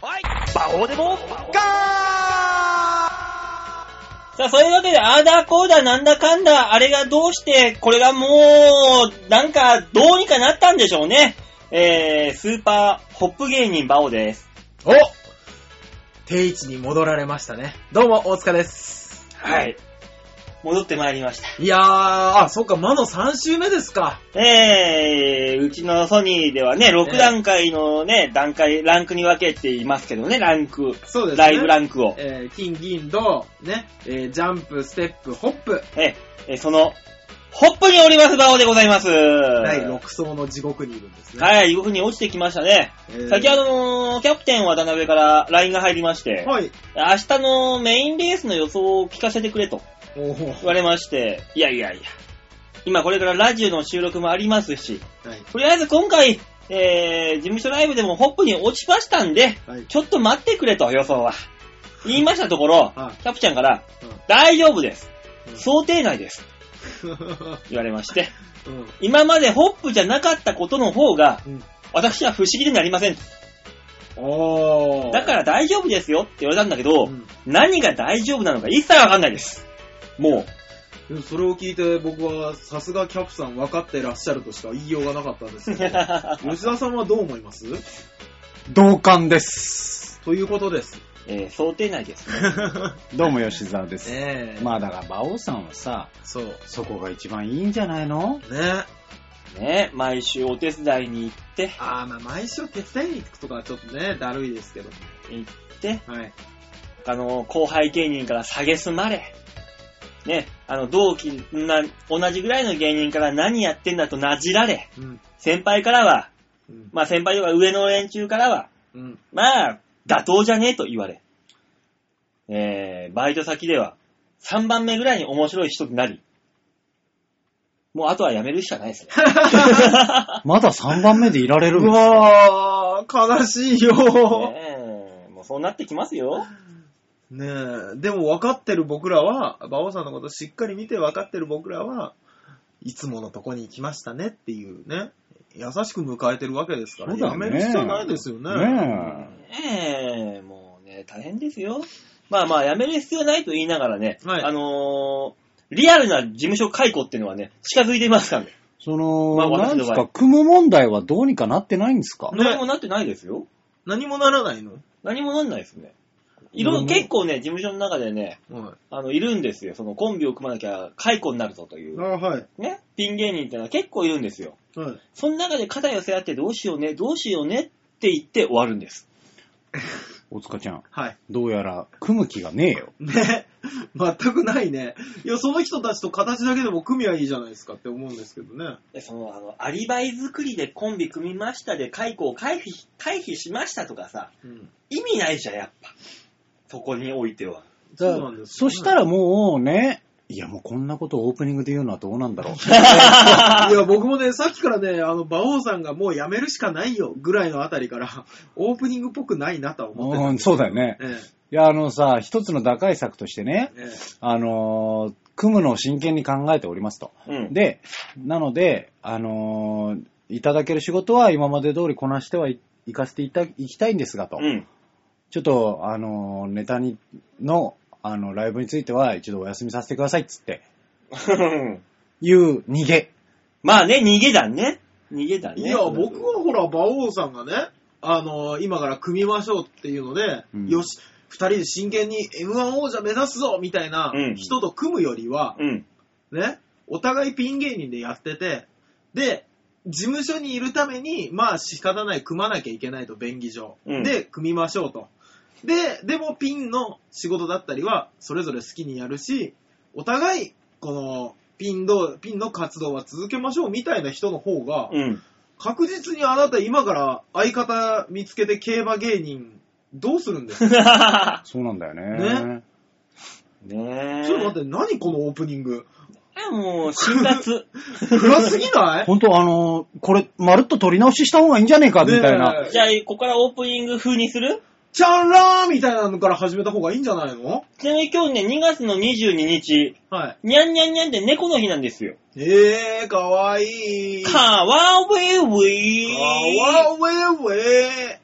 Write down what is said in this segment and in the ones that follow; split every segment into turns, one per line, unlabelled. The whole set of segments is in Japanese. こうでも、ガ
さあ、そういうわけで、あーだこーだなんだかんだ、あれがどうして、これがもう、なんか、どうにかなったんでしょうね。えー、スーパーホップ芸人バオです。
お定位置に戻られましたね。どうも、大塚です。
はい。戻ってまいりました。
いやー、あ、そっか、魔の3週目ですか。
えー、うちのソニーではね、6段階のね、段階、ランクに分けていますけどね、ランク。
そうですね。
ライブランクを。
えー、金、銀、銅、ね、えー、ジャンプ、ステップ、ホップ。
えー、えーその、ホップにおりますバオでございます。
第6層の地獄にいるんですね。
はい、いうふうに落ちてきましたね。
えー
先あのーキャプテン渡辺から LINE が入りまして、
はい。
明日のメインレースの予想を聞かせてくれと
おー
言われまして、いやいやいや、今これからラジオの収録もありますし、
はい。
とりあえず今回、えー、事務所ライブでもホップに落ちましたんで、
はい。
ちょっと待ってくれと予想は。言いましたところ
は、い
キャプちゃんから
うん、
大丈夫です
う。ん
想定内です。 言われまして、
うん。
今までホップじゃなかったことの方が、
うん。
私は不思議でなりません。
おー。
だから大丈夫ですよって言われたんだけど、
うん
何が大丈夫なのか一切わかんないです。も
でもそれを聞いて僕はさすがキャプさん分かってらっしゃるとしか言いようがなかったんです
う。
けど吉田さんはどう思います
同感です。
ということです。
えー想定内です。
どうも吉沢です。
ねえ。
まあだから、馬王さんはさ、
そう。
そこが一番いいんじゃないの
ね
ね、毎週お手伝いに行って、
ああ、まあ毎週手伝いに行くとかはちょっとね、だるいですけど。
行って、
はい。
あの、後輩芸人から蔑まれ、ね、あの、同期な、同じぐらいの芸人から何やってんだとなじられ、
うん。
先輩からは、
うん。
まあ先輩とか上の連中からは、
うん。
まあ、妥当じゃねえと言われ、えー、バイト先では3番目ぐらいに面白い人になり、もうあとは辞めるしかない ですね。
まだ3番目でいられる
うん
ですよ
わー、悲しいよ。
ねえもうそうなってきますよ。
ねえ、でも分かってる僕らは、馬王さんのことしっかり見て分かってる僕らは、いつものとこに行きましたねっていうね、優しく迎えてるわけですから、
そうだね
やめる必要ないですよね。
ね
ねえ、もうね、大変ですよ。まあまあ、辞める必要ないと言いながらね、
はい
あのー、リアルな事務所解雇っていうのはね、近づいていますからね。
え。その、
まあ私
なん
の
です
場合
か、組む問題はどうにかなってないんですか
ね
何もなってないですよ。
何もならないの、
何もなんないですね。いろいろ、
うん
結構ね、事務所の中でね、
は
あの、いるんですよ。そのコンビを組まなきゃ解雇になるぞとい
い。
う。
はい。
ね。ピン芸人ってのは結構いるんですよ。
はい。
その中で肩寄せ合ってどうしようね、どうしようねって言って終わるんです。
大塚ちゃん、
はい。
どうやら組む気がねえよ。
ね 全くないね。いや、その人たちと形だけでも組みはいいじゃないですかって思うんですけどね。
でその、あの、アリバイ作りでコンビ組みましたで解雇を回避、回避しましたとかさ、
うん。
意味ないじゃん、やっぱ。そこにおいては。
そうなんですよね
そしたらもうね、いやもうこんなことをオープニングで言うのはどうなん だろう。
いや、僕もね、さっきからね、あの、馬王さんがもうやめるしかないよぐらいのあたりから、 オープニングっぽくないなとは思ってた
うんん
です
そうだよね。
え
いや、あのさ、一つの打開策としてね、
ええ
あのー組むのを真剣に考えておりますと。
うん。
で、なので、あのーいただける仕事は今まで通りこなしてはい、行かせていた、行きたいんですがと。
うん。
ちょっと、あのーネタに、の、あの、ライブについては一度お休みさせてくださいっつって、いう逃げ。
まあね、逃げだね。逃げだ
え
ね。
いや、僕はほら、馬王さんがね、あの、今から組みましょうっていうので、
うん
よし、二人で真剣に M1 王者目指すぞみたいな
うん
人と組むよりは、
うん。
ね、お互いピン芸人でやってて、で、事務所にいるために、まあ仕方ない、組まなきゃいけないと、便宜上。
うん
で、組みましょうと。で、でもピンの仕事だったりは、それぞれ好きにやるし、お互い、この、ピンの、ピンの活動は続けましょうみたいな人の方が、
うん。
確実にあなた今から相方見つけて競馬芸人、どうするん ですか
そうなんだよね。
ねえ。
ちょっと待って、何このオープニング。
って。もう、辛 辣。
暗すぎ ない
本当あのーこれ、まるっと取り直しした方がいいんじゃねえか、みたいな。
ねえ
じゃあ、ここからオープニング風にする
チャンラーみたいなのから始めた方がいいんじゃないの
ちなみに今日ね、2月の22日、
はい。
にゃんにゃんにゃんって猫の日なんですよ。
えー、かわいい。か
かわウェウェ
わウェイウェ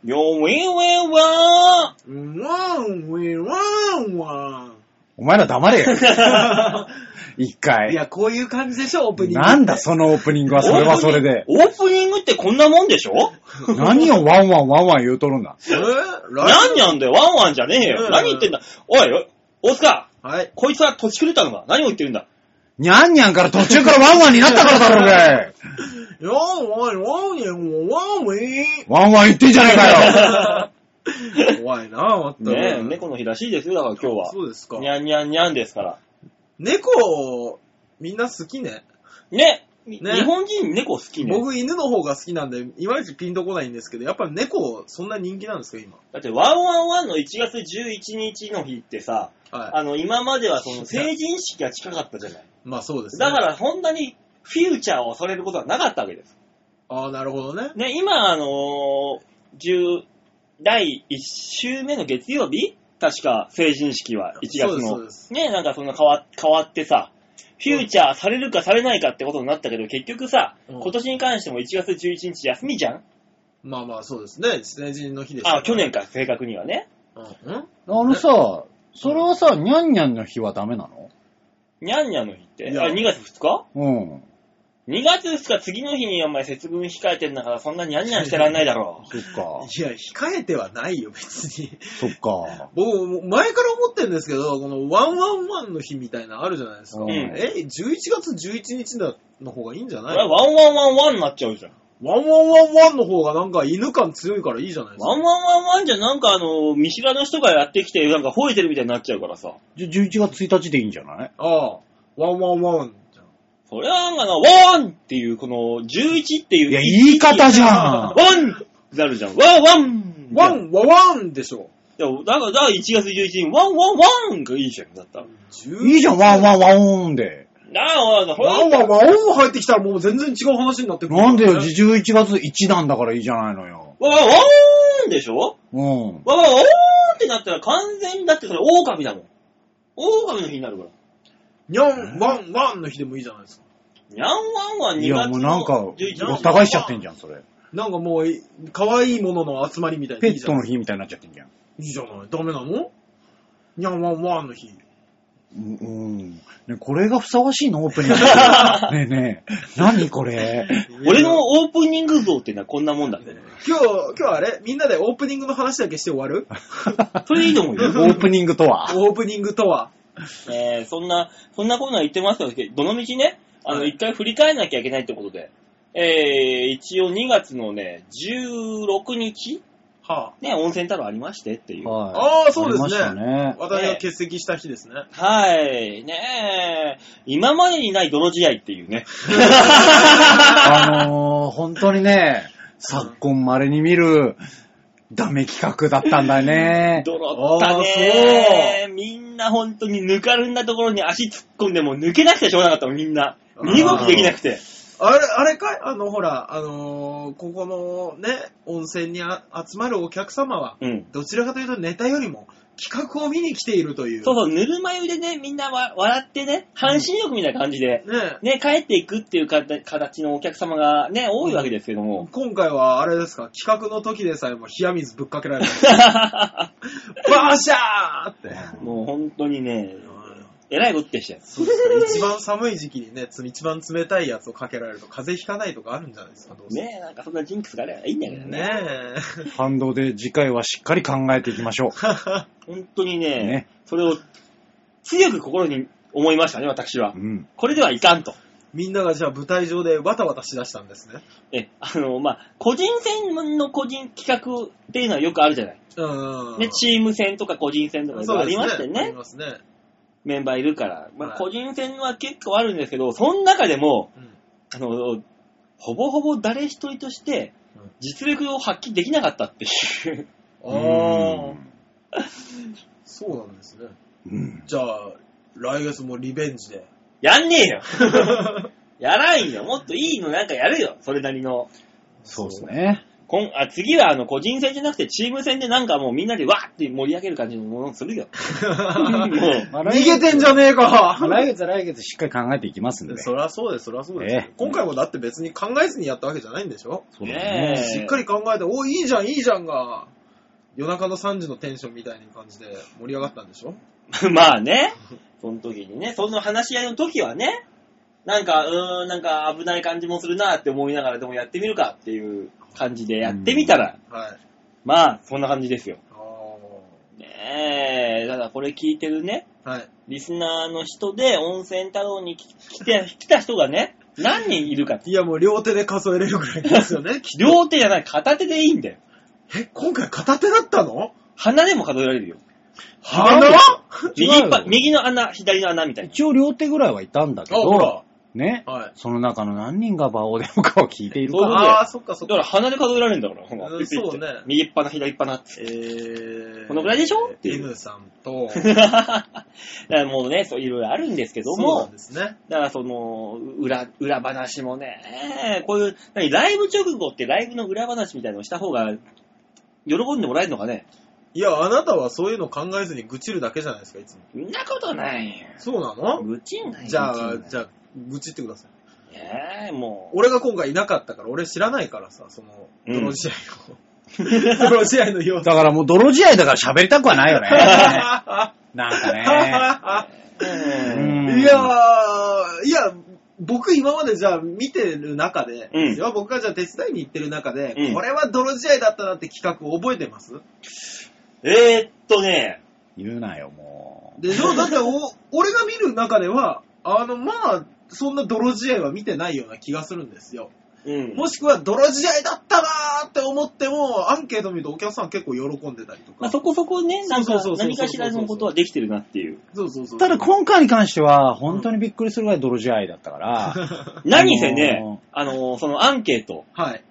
イ。
よウェウェワ
うんワン、ウィン、ワン、ワ
お前ら 黙れよ。一
ン。
回
い。や、こういう感じでしょ、オープニング。
なんだそのオープニングは、それはそれで。
オープニングってこんなもんでしょ
何をワンワンワンワン言うとるんだ。
えーライ
何なんだよ、ワンワンじゃねえ
う
よ。
ん
何言ってんだ。おい、お大塚、
ブはい。
こいつは土地狂ったのか何を言ってるんだ。
にゃんにゃんから途中からワンワンになったからだろうがい。
ワン、ワン、ワン、ワン、ワン、ウィ
ワンワン言ってんじゃねえか
ン。
よ。
怖いな、まったく
ねえ、猫の日らしいですよ、だから今日
そうですか
は。に。ゃんにゃんにゃんですから。
猫、みんな好きね。
ね、
ね
日本人猫好きね。
僕、犬の方が好きなんで、いまいちピンとこないんですけど、やっぱ猫、そんな人気なんですか、今。
だって、ワンワンワンの1月11日の日ってさ、
はい。
あの、今まではその成人式が近かったじゃない。
まあそうですね。
だから、そんなにフューチャーをされることはなかったわけです。
ああ、なるほどね。
ね、今、あのー、10第1週目の月曜日確か成人式は1
そう
月
ですそう
の
で。す
ね、なんかそんな変わ変わってさ、フューチャーされるかされないかってことになったけど、結局さ、
うん
今年に関しても1月11日休みじゃん
まあまあそうですね。成人の日でした。
あ、去年か、正確にはね。
うん。うん
あのさ、それはさ、にゃんにゃんの日はダメなの
にゃんにゃんの日って。
いや
あ、2月2日
うん。
2月2日次の日にお前節分控えてるんだからそんなにゃんにゃんしてらんないだろ
そっか。
いや、控えてはないよ、別に。
そっか。
僕、もう前から思ってるんですけど、このワンワンワンの日みたいなのあるじゃないですか。
うん
え、11月11日だの方がいいんじゃ
う。
な
ワ
い
ンワンワンワンになっちゃうじゃん。
ワンワンワンワンの方がなんか犬感強いからいいじゃないですか。
ワンワンワンワンじゃなんかあの、見知らぬ人がやってきて、なんか吠えてるみたいになっちゃうからさ。
じゃ、11月1日でいいんじゃない
ああ、ワンワンワンじゃん。
それはなんかな、ワンっていう、この、11っていう。
いや、言い方じゃん。
ワンってなるじゃん。ワンワン
ワンワンワンでしょ。
いや、だから、だから1月11日にワンワンワンがいいじゃん、だったら。
いいじゃん、ワン
ン。
ワンワンオンで。
なあ、ほら、ほら
ワンワンワンワン入ってきたらもう全然違う話になってくる、
なんでよ、11月1なんだからいいじゃないのよ。
ワンワンワンでしょ
うん。
わわおーんってなったら完全にだってそれ狼だもん。狼の日になるから。
ニャンワンワンの日でもいいじゃないですか。
にゃんわんは2月
いや、もうなんか、
の
お
11日
互いしちゃってんじゃん、それ。
なんかもう、可愛いものの集まりみたいで
ペ
いい
ッ
じゃ
ト
な
の
い
日みたいになっちゃってんじゃん。
いいじゃない。ダメなのニャンワンワンの日。
うんうん。ね、これがふさわしいのオ ープニング。ねえねえ。何これ。
俺のオープニング像っていうのはこんなもんだって。
今日、今日あれみんなでオープニングの話だけして終わる
それいいと思
オ
うよ。
ープニングとは。
オープニングとは。
えー、そんな、そんなことは言ってますけど、どの道ね、あの、
はい
一回振り返らなきゃいけないってことで、えー、一応2月のね、16日、
は
ね、温泉太郎ありましてっていう。
あ。
は
ああ、
い。
そうです
ありました
ね。
ね。
私が欠席した日ですね。
はい、ねえ、今までにない泥試合っていうね。
あのー、本当にね、昨今稀に見る、ダメ企画だったんだね。
泥ったねーみんな本当にぬかるんだところに足突っ込んでもう抜けなくてしょうがなかったのみんな。身動きできなくて。
あれ、あれかいあの、ほら、あのーここのね、温泉にあ集まるお客様は、
うん。
どちらかというとネタよりも企画を見に来ているという。
そうそう、ぬるま湯でね、みんなわ笑ってね、半身浴みたいな感じで、
ね
ね、帰っていくっていうかた形のお客様がね、多いわけですけども。
今回はあれですか、企画の時でさえも冷や水ぶっかけられた。バーシャーって。
もう本当にね、えらいことでしたよ。
そうですね一番寒い時期にね、つ 一番冷たいやつをかけられると風邪ひかないとかあるんじゃないですか、どうせ。
ねなんかそんなジンクスがあればいいんだけどね。
ね
反動で次回はしっかり考えていきましょ
本当にね
ね
それを強く心に思いましたね、私は
う。う。ん。
これではいかんと。
みんながじゃあ舞台上でわたわたしだしたんですね。
え、あの、まあ、個人戦の個人企画っていうのはよくあるじゃない。
うん。
ね、チーム戦とか個人戦とかいろいろありまして
あり
ね。
ますね。
メンバーいるから。ま
は
あ、
い
個人戦は結構あるんですけど、その中でも、
うん
あの、ほぼほぼ誰一人として
うん、
実力を発揮できなかったっていう。
あ
う
あ、
ん
そうなんですね。
うん。
じゃあ、来月もリベンジで。
やんねえよやらんよもっといいのなんかやるよそれなりの。
そうですね。
こんあ次はあの個人戦じゃなくてチーム戦でなんかもうみんなでわーって盛り上げる感じのものをする よ。もう
まあ
逃げてんじゃねえ か
まあ来月は来月しっかり考えていきますんで。
そりゃそうです、そりゃそうです、
ええ
今回もだって別に考えずにやったわけじゃないんでしょ、
そうだね
ええ
しっかり考えて、おいいじゃん、いいじゃんが。夜中の3時のテンションみたいな感じで盛り上がったんでしょ
まあね、その時にね、その話し合いの時はね、なんか、うーん、なんか危ない感じもするなって思いながらでもやってみるかっていう感じでやってみたら、
はい。
まあ、そんな感じですよ。
あ
ねえ、ただこれ聞いてるね、
ーはい。
リスナーの人で温泉太郎に来来て、来た人がね、何人いるかって。
いや、もう両手で数えれるぐらいですよ ね。き
両手じゃない、片手でいいんだよ。
え、今回片手だったの
鼻でも数えられるよ。
鼻
右
違うよ
っぱ右の穴、左の穴みたいな。
一応両手ぐらいはいたんだけ
あ、ほら
ど、。ね、
はい。
その中の何人が馬王でもかを聞いている
そういうこと
か。
だよ
ああ、そっかそ
だ
っ
か。
から
鼻で数えられるんだから、ほら。
うんそうね
右っ鼻、左っ鼻って。
えー、
このぐらいでしょっていう
?N さん と、
だからもうね、そういろいろあるんですけど
そうな
も
ん、ですね。
だからその、裏、裏話もね、こういう、何、ライブ直後ってライブの裏話みたいなのをした方が、喜んでもらえるのかね
いや、あなたはそういうの考えずに愚痴るだけじゃないですか、いつも。
そんなことないよ。
そうなの
愚痴んない
じゃ
愚痴
あ、
んない
じゃあ、愚痴ってください。
ねえ、も
俺が今回いなかったから、俺知らないからさ、その、
うん。
泥試合 の、泥試合の様子。
だからもう泥試合だから喋りたくはないよね。 なんかね。
いう
うん
うん
やー、いや、僕今までじゃあ見てる中で、
うん
ですよ僕がじゃあ手伝いに行ってる中で、
うん
これは泥試合だったなって企画覚えてます
えーっとね、
言うなよ、もう。
でしょだってお、 俺が見る中では、あの、まあ、そんな泥試合は見てないような気がするんですよ。
うん。
もしくは泥試合だったなーって思っても、アンケート見るとお客さん結構喜んでたりと
まあ、
か。
そこそこね、なん
そう
か
そうそうそうそう
何かしらのことはできてるなっていう。
そうそうそう。
ただ今回に関しては、本当にびっくりするぐらい泥試合だっ たから、
何せね、あのーそのアンケート、
はい。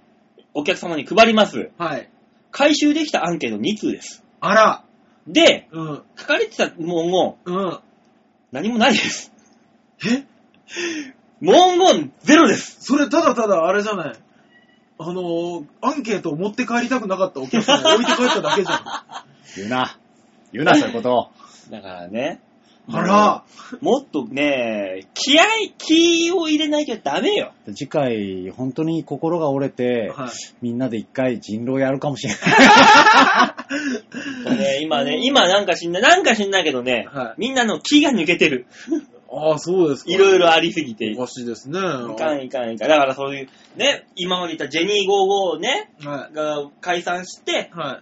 お客様に配ります。
はい。
回収できたアンケート2通です。
あら。
で、
うん。
書かれてた文言、
うん。
何もないです。
え
文言ゼロです。
それただただあれじゃない。あのー、アンケートを持って帰りたくなかったお客さんが置いて帰っただけじ ゃん。あ
言うな。言うな、そういうことを。
だからね、
ら。
もっとね、気合い、気を入れないとダメよ。
次回、本当に心が折れて、
はい。
みんなで一回人狼やるかもしれない。
ね今ね、今なんか知んない、なんか知んないけどね、
は
みんなの気が抜けてる。
ああ、そうですか。
いろい
ろ。
ろありすぎて。い
おかしいですね。
かんいかんいかん。だからそういう、ね、今まで言ったジェニー55ね、
は
が解散して
い。、はい。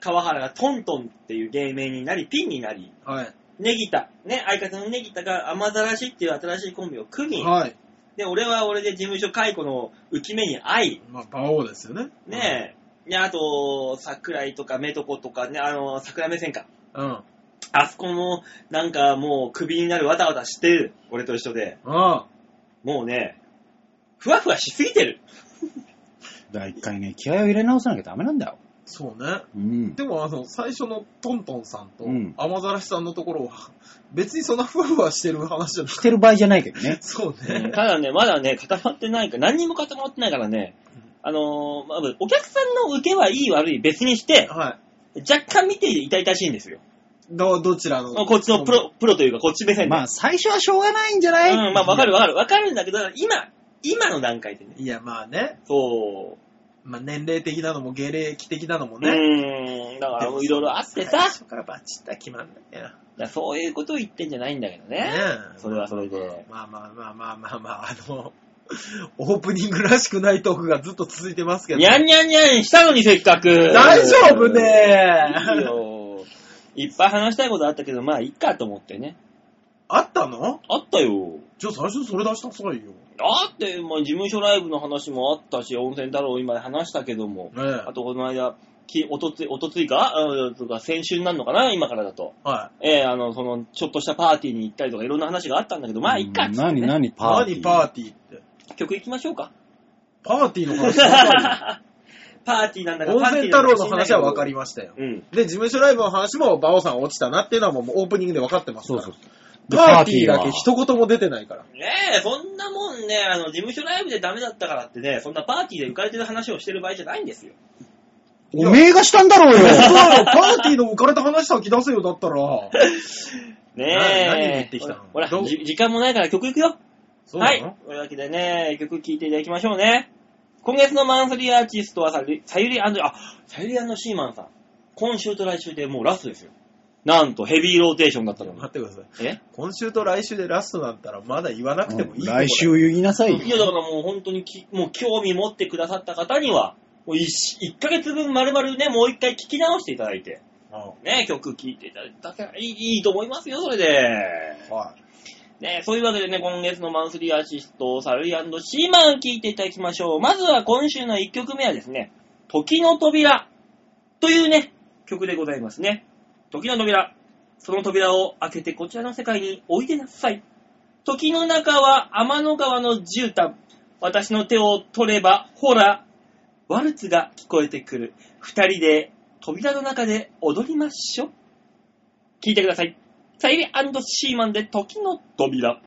川原がトントンっていう芸名になり、ピンになり、
はい。
ネギタ、ね、相方のネギタが雨ざらしっていう新しいコンビを組み、
はい。
で、俺は俺で事務所解雇の浮き目に合い、
まあ、馬王ですよね。
ねえ、で、あと、桜井とかメトコとかね、あの、桜目線か。
うん。うん。
あそこも、なんかもう、クビになるわたわたしてる。俺と一緒で。
あ
もうね、ふわふわしすぎてる。
だから一回ね、気合を入れ直さなきゃダメなんだよ。
そうね。
うん。
でも、あの、最初のトントンさんと
うん、
雨ざらしさんのところは、別にそんなふわふわしてる話じゃな
し
くて。
てる場合じゃないけ どね。
そう
うん
ね。
ただね、まだね、固まってないから、何にも固まってないからね、あのーまあ、お客さんの受けはいい悪い別にして、
はい。
若干見ていたいたしいんですよ。
ど、どちらの
こっちのプロ、プロというか、こっち目線で。
まあ、最初はしょうがないんじゃない
うん、まあ、わかるわかる。わかるんだけど、今、今の段階でね。
いや、まあね。
そう。
まあ、年齢的なのも、芸歴的なのも
う
ね。
ーん、だからもういろいろあってさ、
最
だか
初からバチッとは決まんないな。
らそういうことを言ってんじゃないんだけど
ね
ね。
え
それはそれで。
まあまあまあまあまあまあ、あの、オープニングらしくないトークがずっと続いてますけど。
にゃんにゃんにゃんしたのにせっかく。
大丈夫
いい
ね
よ。いっぱい話したいことあったけど、まあ、いっかと思ってね。
あったの
あったよ。
じゃあ最初それ出したさいよ。
だって、まあ、事務所ライブの話もあったし、温泉太郎今話したけども。
ねえ。
あと、この間、きおとつい、おとついかうんとか、先週になるのかな今からだと。
は
ええあの、その、ちょっとしたパーティーに行ったりとか、いろんな話があったんだけど、まあ、いっかっつってね
何、何、
い。
パーティ
何
ー。
パーティーって。
曲行きましょうか。
パーティ ーの話は分か
パーティーなんだか
るよ。温
ら。
泉太郎の話は分かり
ま
ましたよ。
す。うん。
で、事務所ライブの話も、馬王さん落ちたなっていうのはもうオープニングで分かってます
そ
か
う
ら。
そうそう。で
パーティーだけ
は
一言も出てないから。
ねえ、そんなもんね、あの、事務所ライブでダメだったからってね、そんなパーティーで浮かれてる話をしてる場合じゃないんですよ。
おめえがしたんだろう
そう
よ
だよパーティーの浮かれた話先出せよ、だったら。
ねえ。
な何言ってきたの
ほら、
どう
じ時間もないから曲行くよ。
そうな
は
の
い。というわけでね、曲聴いていただきましょうね。今月のマンスリーアーティストはさゆり、さゆりあ、さゆりシーマンさん。今週と来週でもうラストですよ。なんとヘビーローテーションだったのに
待。ってください。
え
今週と来週でラストだったらまだ言わなくてもいいとこだよ
来週言いなさいよ
いや、だからもう本当にき、もう興味持ってくださった方には、もう一一ヶ月分丸々ね、もう一回聞き直していただいて、
う
ね、曲聴いていただいたらいいいいと思いますよ、それで。
んはい。
ね、そういうわけでね、今月のマンスリーアシスト、サルイシーマン聞いていただきましょう。まずは今週の1曲目はですね、時の扉というね、曲でございますね。時の扉。その扉を開けてこちらの世界においでなさい。時の中は天の川の絨毯。私の手を取れば、ほら、ワルツが聞こえてくる。二人で扉の中で踊りましょう。聞いてください。サイリーシーマンで時の扉。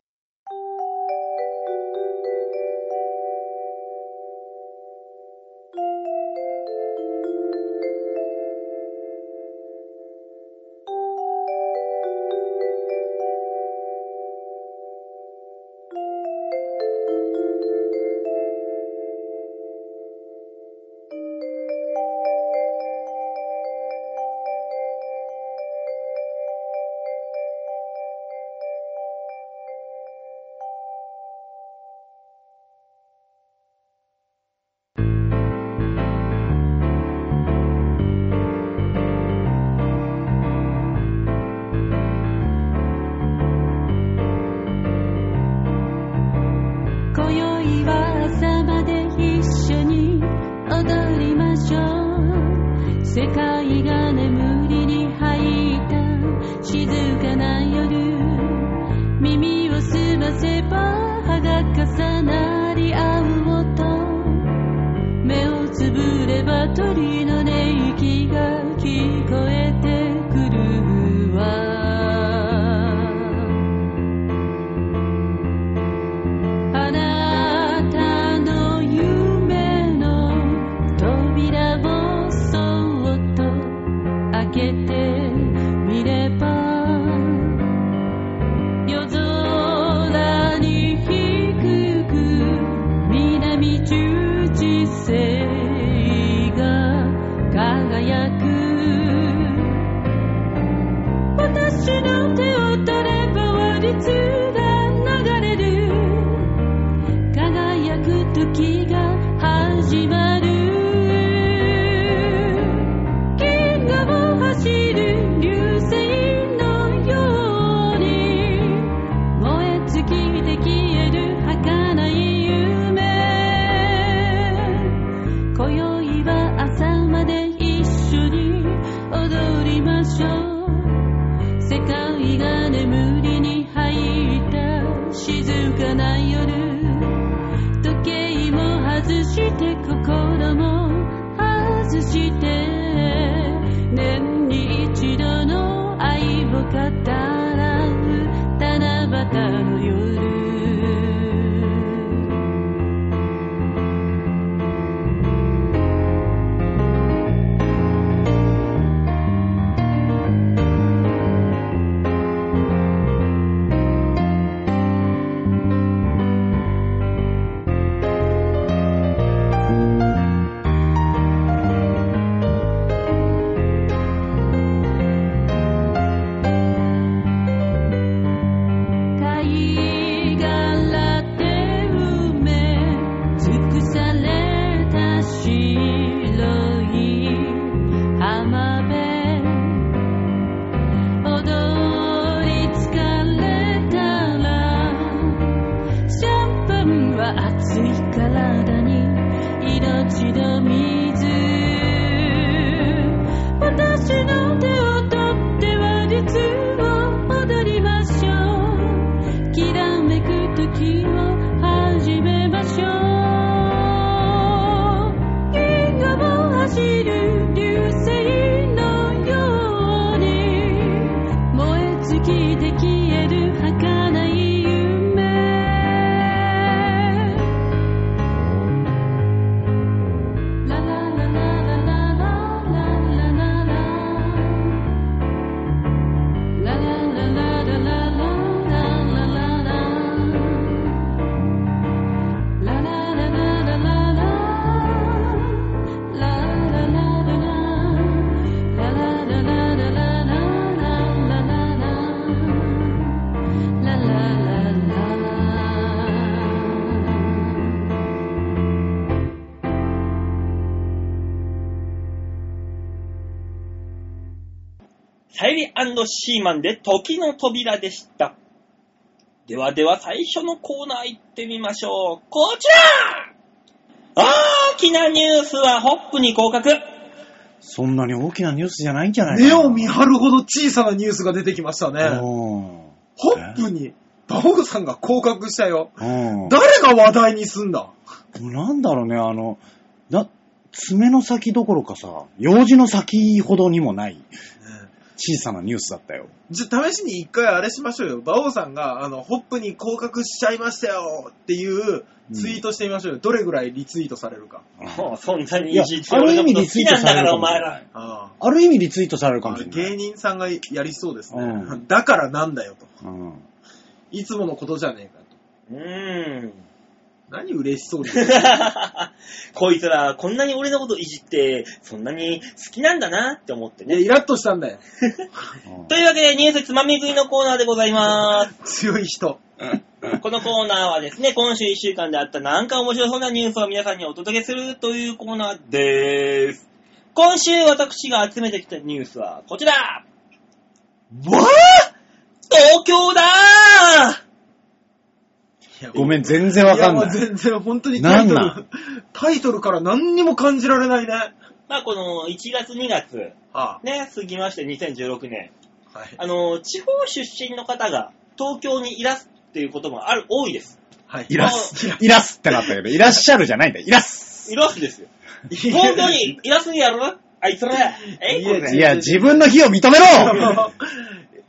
今宵は朝まで一緒に踊りましょう世界が眠りに入った静かな夜耳をすませば歯が重なり合う音目をつぶれば鳥の音息が聞こえてくるわあなたの夢の扉をそっと開けてみれば夜空に低く南十字星が輝く私の手を取れば割りつが流れる輝く時が始まる銀河を走る流星のように燃え尽きて消える儚い夢今宵は朝まで一緒に踊りましょう世界が眠りに入った静かな夜時計も外して心も外して年に一度の愛を語らう七夕の夜貝殻で埋め尽くされた白い浜辺踊り疲れたらシャンパンは熱い体に命の水私の手を取っては律を踊りましょうきらめく時を始めましょう銀河を走る流星のように燃え尽きて消える儚い夢ラララララ
サイリシーマンで時の扉でした。ではでは最初のコーナー行ってみましょう。こちら大きなニュースはホップに降格。
そんなに大きなニュースじゃないんじゃないか
目
な
を見張るほど小さなニュースが出てきましたね。
うん。
ホップに、バオさんが降格したよ。
うん。
誰が話題にすんだ
なんだろうね、あの、な、爪の先どころかさ、用事の先ほどにもない小さなニュースだったよ。
じゃ、試しに一回あれしましょうよ。馬王さんが、あの、ホップに降格しちゃいましたよっていうツイートしてみましょうよ。どれぐらいリツイートされるか。
もうそんなに
いや
実俺のこと好きなんだから
ある意味リツイートされるかも
お前ら。
あ
ある意味リツイートされるか
あ
もしれない。
芸人さんがやりそうですね。
う
だからなんだよと。
うん。
いつものことじゃねえかと。
うーん。
何嬉しそうに。
こいつらこんなに俺のこといじって、そんなに好きなんだなって思って
いや、
ね。
イラッとしたんだよ。
うん
というわけでニュースつまみ食いのコーナーでございます。
強い人。
このコーナーはですね、今週1週間であったなんか面白そうなニュースを皆さんにお届けするというコーナーでーす。今週私が集めてきたニュースはこちらわぁ東京だ
いや
ごめん、全然わかんない
やもう
い。
全然、本当にタイト
なんな
ル、タイトルから何にも感じられないね。
ーまあこの1月2月、
は
ね、過ぎまして2016年。
あ、はい。
あの、地方出身の方が東京にいらすっていうこともある、多いです。
はい。
いらす。いらすってなったけど、いらっしゃるじゃないんだよ。いらす。
いらすですよ。
東
東京にいらすんやろあいつら。え
い
い
や
こ
違う
れ。
いや、自分の非を 認めろ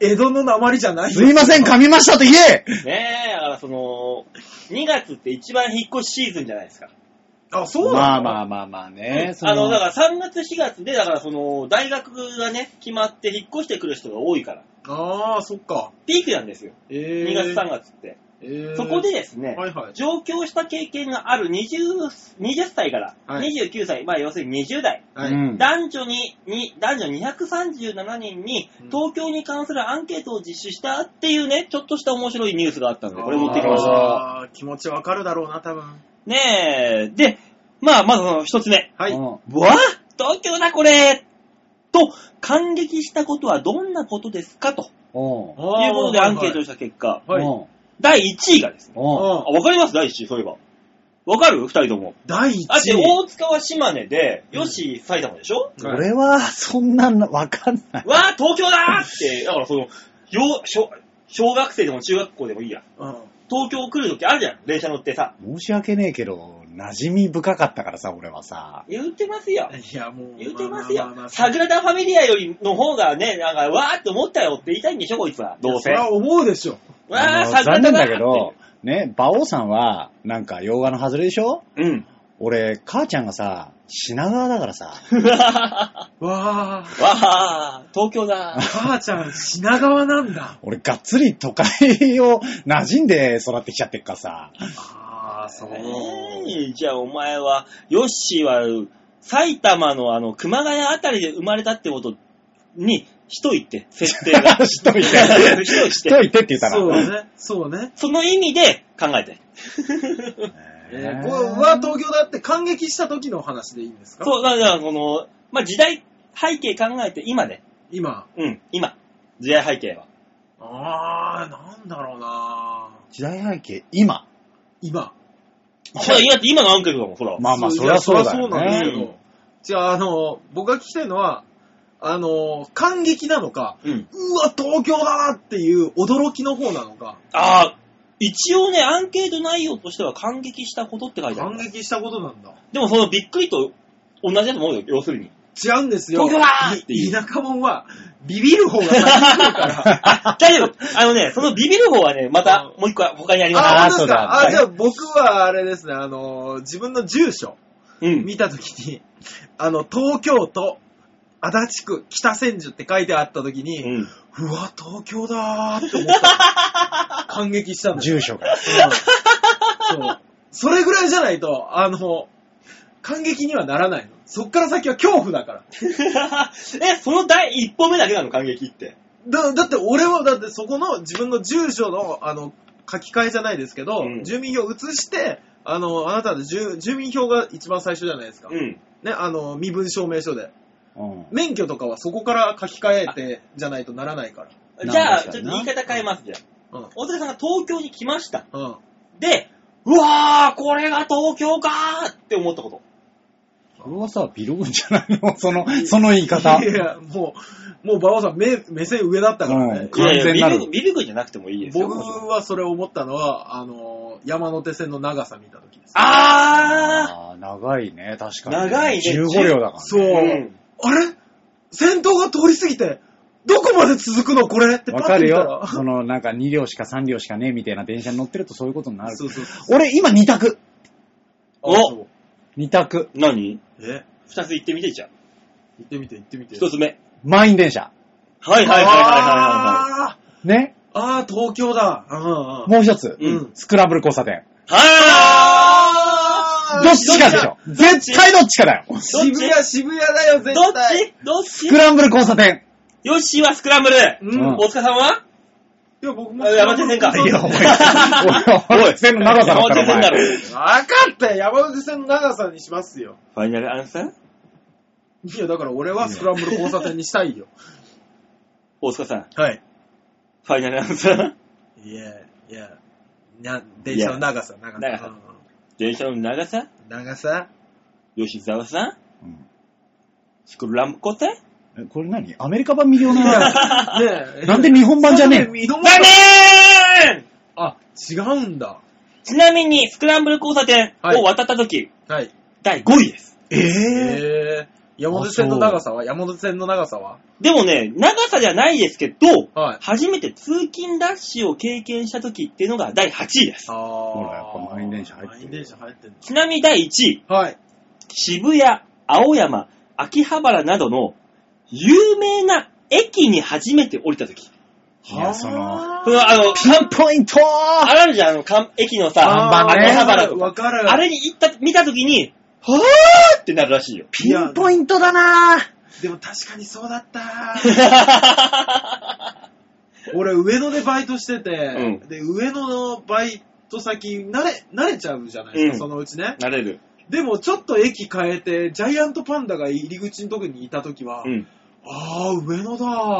江戸の鉛じゃないよ
すいません、噛みましたと言え
ねえ、だからその、2月って一番引っ越しシーズンじゃないですか。
あ、そう
ま
な
あ
の
まあまあまあね。そ
あの、だから3月4月で、だからその、大学がね、決まって引っ越してくる人が多いから、
ああ、そっか。
ピークなんですよ。
え
2月3月って。
えー
そこで、ですね、
はいはい。
上京した経験がある 20, 20歳から
はい
29歳、まあ要するに20代、
はい。
うん
男女に、に男女237人に
うん
東京に関するアンケートを実施したっていうね、ちょっとした面白いニュースがあったんで、これ持ってきました。
あー気持ちわかるだろうな、多分。
ねえ、で、まあ、まずその一つ目。
はい。
うん
わあ東京だこれと、感激したことはどんなことですかと
おう
いうことでアンケートを
し
した結果、
はい。
おう
第1位がですね。
おう
あわかります第1位、そういえば。わかる二人とも。
第1位。
だって、大塚は島根で、よし、埼玉でしょ
はい
俺は、そんなの、わかんない。
わあ東京だーって、だからその、よ小小学生でも中学校でもいいや。
うん
東京来るときあるじゃん、電車乗ってさ。
申し訳ねえけど、馴染み深かったからさ、俺はさ。
言ってますよ。
いや、もう。
言うてますよ
あああ。
サグラダ・ファミリアよりの方がね、なんか、わーって思ったよって言いたいんでしょ、こいつは。どう
そ
せ。
れ
わ
は思うでしょ。
ー、
あの
サグラダ
残念
だ
だけど、ね、馬王さんは、なんか、洋画の外れでしょ
うん。
俺、母ちゃんがさ、品川だか らさ、
わ
わ ー。
ー、東京だ。
母ちゃん、品川なんだ。
俺、がっつり都会を馴染んで育ってきちゃってっからさ。
ああ、そう。
えーじゃあお前は、ヨッシーは、埼玉のあの、熊谷あたりで生まれたってことに、しといて、設定が。
しといて。
しといて
しといてって言ったら。
そうね。そうね。
その意味で考えて。
えー、これは東京だって感激した時の話でいいんですか
そう、だから、この、まあ、時代、背景考えて、今ね。
今。
うん、今。時代背景は。
ああ、なんだろうな
時代背景、今。
今。
ほら、今って今のアンケートだもん、ほら。
まあまあ、そり
りゃ
ゃそうだよ
なんですけ
ね。
ど。じゃあ、あの、僕が聞きたいのは、あの、感激なのか、
うん。
うわ、東京だなっていう驚きの方なのか、
ああ、一応ね、アンケート内容としては感激したことって書いてあ
感
る。
激したことなんだ。
でもそのびっくりと同じだと思うよ、要するに。
違うんですよ。
東京だーってい
いう田舎者は、ビビる方が先 に来るから。
あ、大丈夫。あのね、そのビビる方はね、また
う
もう一個は他にあります。
あ、
あー
本当です
そうだ
か。あ、じゃあ僕はあれですね、あの、自分の住所
うん。
見たときに、あの、東京都、足立区、北千住って書いてあったときに、
うん。
うわ、東京だーって思った。 感激したんだよ。
住所が。
うんそう。それぐらいじゃないと、あの、感激にはならないの。そっから先は恐怖だから。
え、その第一歩目だけなの、感激って。
だだって俺は、だってそこの自分の住所の、あの、書き換えじゃないですけど、
うん
住民票移して、あの、あなたの住住民票が一番最初じゃないですか。
うん。
ね、あの、身分証明書で。
うん。
免許とかはそこから書き換えてじゃないとならないか
じゃあ、
なんか
ちょっと
な
言い方変えますじゃあ。
ら。うん。
大竹さんが東京に来ました。
うん。
で、うわー、これが東京かーって思ったこと。
これはさ、ビログじゃないのその、その言い方
い。や、もう、もう馬場さん目、目線上だったからね
う。ん完全
い
な
やいやビ
る
ビるビビるじゃなくてもいいですよ。
僕はそれ思ったのは、あのー、山手線の長さ見た時です。
あ
あー長いね、確かに。
長いね
15両だから。
そう。
ー、うん
あれ先頭が通り過ぎて、どこまで続くのこれって
わ
パッ
か
て
る
見たら。
よ。その、なんか2両しか3両しかねえみたいな電車に乗ってるとそういうことになる。
そうそうそう。
俺、今2択。
お
あそう
2択。
何
え
二つ言ってみてじゃん。
行ってみて行ってみて。
一つ目。
満員電車。
はいはいはいはいは
あー
ね。
あー、東京だ。うんうんうん。
もう一つ。
いはい。う
うんん。
スクランブル交差点。
は
あー
どっちかでしょ。絶対どっちかだよ。
渋谷、渋谷だよ、
ー
絶
どっ
対。
ちどっ
ス
ち
クランブル交差点。
ヨッシーはスクランブル。
うん。
大塚さんはい
や、僕も。
山手線か。
いや、おい、 おい、おい、線の長さだったら、
山手
お
線だろ
前。
分かったよ、山手線の長さにしますよ。
ファイナルアンサー
いや、だから俺はスクランブル交差点にしたいよ。
大塚さん、
はい。
ファイナルアンサー
いや、いや、な、電車の長さ、長
長さ
さ。うん
電車の長さ
長さ
吉沢さんスクランブル交差
うんこれ何アメリカ版ミリオネア。
ねえ
なんで日本版じゃねえ
え。挑ま
残
れ
念
あ、違うんだ。
ちなみに、スクランブル交差点を渡った時、
はい。
第5位です。
ええ
えー、山手線の長さは山手線の長さは
でもね、長さじゃないですけど、
はい
初めて通勤ラッシュを経験した時っていうのが第8位です。
あー。
ほらやっぱ満員電車入ってる
満員電車入ってる
ちなみに第1位、
はい。
渋谷、青山、秋葉原などの有名な駅に初めて降りた時。
いや、その、
うわあの、
ピンポイントー
あるじゃん、あの、かん駅のさ、
看板ね
秋葉原とか
わかる。
あれに行った、見た時に、はぁーってなるら しいよ。
ピンポイントだなー
でも確かにそうだったー俺、上野でバイトしてて、
う
で、上野のバイト先、慣れ、慣れちゃうじゃないですか、
うん
そのうちね。
なれる。
でも、ちょっと駅変えて、ジャイアントパンダが入り口のとこにいたときは、
うん。
あー、上野だ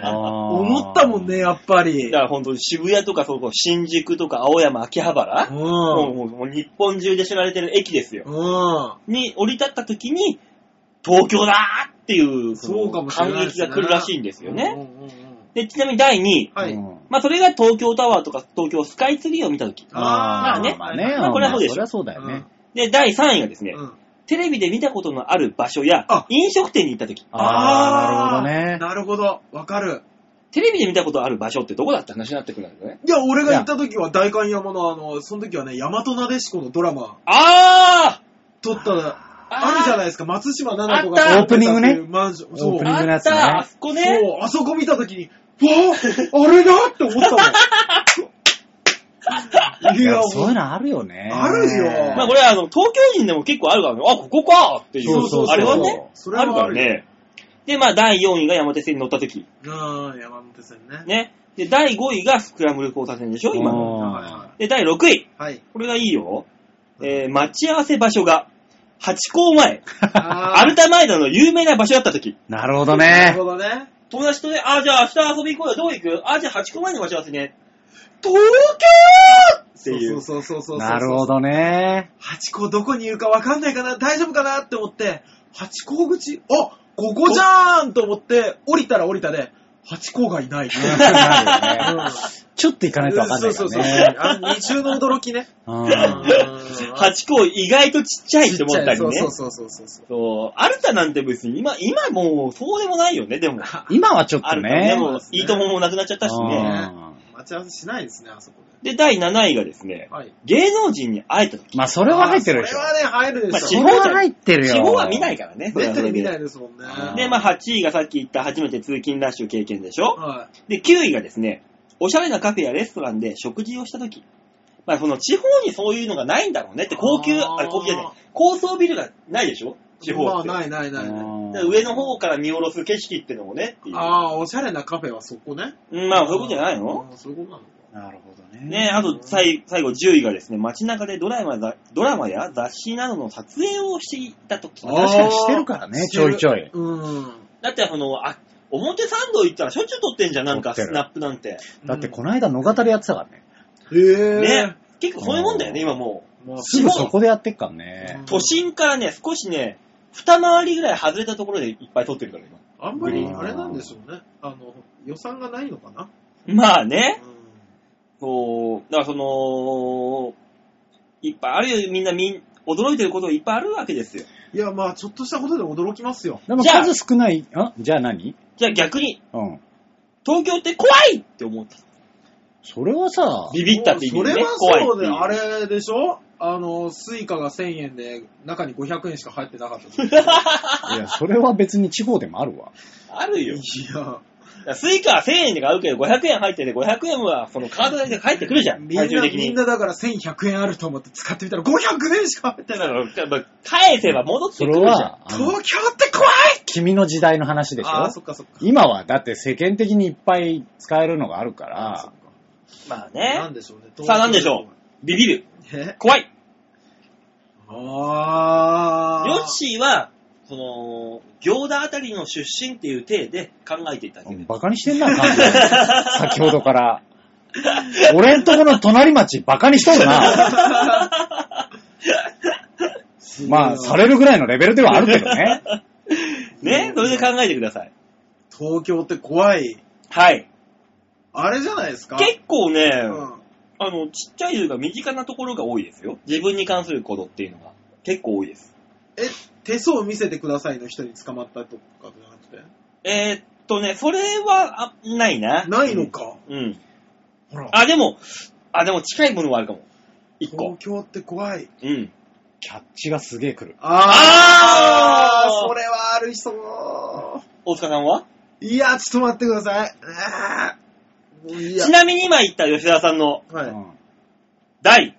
ー。思ったもんね、。やっぱり。
だから本当に渋谷とかそこ、新宿とか青山、秋葉原、
う。
もうんもうもう日本中で知られてる駅ですよ。
うん。
に降り立った時に、東京だーっていう、
そうかもしれ
感
ないです
激
ね
が来るらしいんですよ
うん
ね。
うんうんうん
で、ちなみに第2位。
はい。
うん
まあ、それが東京タワーとか東京スカイツリーを見た時。
ま
まあ
あ
ね
ね。
ま
ま
あ
あ
ね
ね。
まあこれはそうでしょ
そりゃそうだよね。
で、第3位がですね、
うん
テレビで見たことのある場所や
あ、
飲食店に行った時。
あー、なるほどね。
なるほど。わかる。
テレビで見たことある場所ってどこだって話になってくるんだよね。
いや、俺が行った時は代官山の、あの、その時はね、大和なでしこのドラマ
あー
撮った、あるじゃないですか、松島奈々子が
あった
撮ってたっていう
オープニングね
マンション。
オ
そ
ー
う
プ。ニングの
あ
や
っ
つね
た、あそこね。
そう、あそこ見た時に、わああれだって思ったもん。い
い
や、
や
も
そういう
う
のあるよね。
あるよ
まあこれはあの、東京人でも結構あるからね、あ、ここかっていう。
そうそうそう
あれはね、
それはあるよ
あるからね。で、まあ第4位が山手線に乗った時。
うん、山手線ね。
ね。で、第5位がスクランブル交差点でしょ、今の。
うん
は
で、第6位。
い。はい。
これがいいよ。えー、待ち合わせ場所が、八甲前、ア
あ
ルタ前田の有名な場所だった時。
なるほど
なる
ね。
ほどね。
友達とね、あ、じゃあ明日遊び行こうよ、どう行くあ、じゃあ八甲前で待ち合わせね。
東
ていう
そうそうそうそうそうそう。
なるほどね。
ハチ公どこにいるか分かんないかな、大丈夫かなって思って、ハチ公口、あここじゃーんと思って、降りたら降りたで、ハチ公がいない。
なるよね
う
ちょっと行かないとわかんない
そう
か
そうそう。
らね。
あの二重の驚きね。
うん
八甲意外とちっちゃいって思ったりね
そう。そうそうそうそう。
そう、アルタなんて別に今、今もうそうでもないよね、でも。
今はちょっ
あ
と
るからね、
ね。
もう、いいとももなくなっちゃったしね。
待ち合わせしないですね、あそこ
で、第7位がですね
で。、はい。
芸能人に会えた時。
まあ、それは入ってるでしょ
あ。それはね、入るでし
地
ょ。
そ
方
れは入ってるよ。
地方は見ないからね、。
めったに見ないいですもんね。
うん
で、まあ、8位がさっき言った初めて通勤ラッシュ経験でしょ。
は
で、9位がですね、おしゃれなカフェやレストランで食事をした時。まあ、その地方にそういうのがないんだろうねって、高級、
あー
あれ高級じゃない、高層ビルがないでしょ
い。
地方って。
まあ、ないないないない。
だから上の方から見下ろす景色ってのもねっていう。
ああ、おしゃれなカフェはそこね。
うんまあ、そういうことじゃないの
あーそういうことなのか。
なるほどね。
ね、あと、最最後10位がですね、街中でドラマざドラマや雑誌などの撮影をしていたとき。
あ確かにしてるからね
してる
ちょいちょい
うん。
だって、その、あ、表参道行ったらしょっちゅう撮ってんじゃん、なんか、
撮って
ス
る
ナップなんて。
だってこの間野方でやってたからね。
へぇ
ね。結構そういうもんだよね、今もう。
まあ
すぐそこでやってっからね。
都心からね、少しね、二回りぐらい外れたところでいっぱい撮ってるから、今。
あんまり、あれなんでしょうね。あの、予算がないのかな。
まあね、
う
そう、だからその、いっぱいあるよ、みんなみん、驚いてることいっぱいあるわけですよ。
んいや、まあ、ちょっとしたことで驚きますよ。
でも
じゃあ
数少ない、あじゃあ何
じゃあ逆に、
うん。
東京って怖いって思った。そ
それはさ、
ビビったって意
そ
味で
れ
ね
は、
怖い
そう
って
で、
いう。
あれでしょあの、スイカが1000円で、中に500円しか入ってなかったと。い
いや、それは別に地方でもある わ。
あるよ。
や、
スイカは1000円で買うけど、500円入ってて、500円はそのカード代で返ってくるじゃん。
みんな、
最終的
みん
に。
なだから1100円あると思って使ってみたら500円しか入って
だ
ない。
から返せば戻っ
そ
てくる
れ
じゃん。
は、あの
東京って怖い
君の時代の話でし
あ
ょ
ー、そっかそっか。
今はだって世間的にいっぱい使えるのがあるか
あーそっ
ら
か、
まあ
なん
ね、
でしょうね。
さあなんでしょビビる。
う。え
怖い。
あー。
ヨッシーは、その、行田あたりの出身っていう体で考えていたわけで
バカにしてんな、感じ。 先ほどから。俺んとこの隣町バカにしと るな。
し
まあ、されるぐらいのレベルではあるけどね。
す。ね、それで考えてください。
東京って怖い。
はい。
あれじゃないですか。
結構ね、
うん
あの、ちっちゃいというか身近なところが多いですよ。自分に関することっていうのが結構多いです。
え、手相を見せてくださいの人に捕まったとかじゃなくて
えーっとね、それは、あ、ないな。
ないのか。
うん。
ほら。
あ、でも、あ、でも近いものはあるかも。一個
東。京って怖い。
うん。
キャッチがすげえ来る。
あー
ーそれはある人。
大塚さんはい
や、ちょっと待ってください。あーもういいや
ち。なみに今言った吉田さんの
う
はい。
ん
第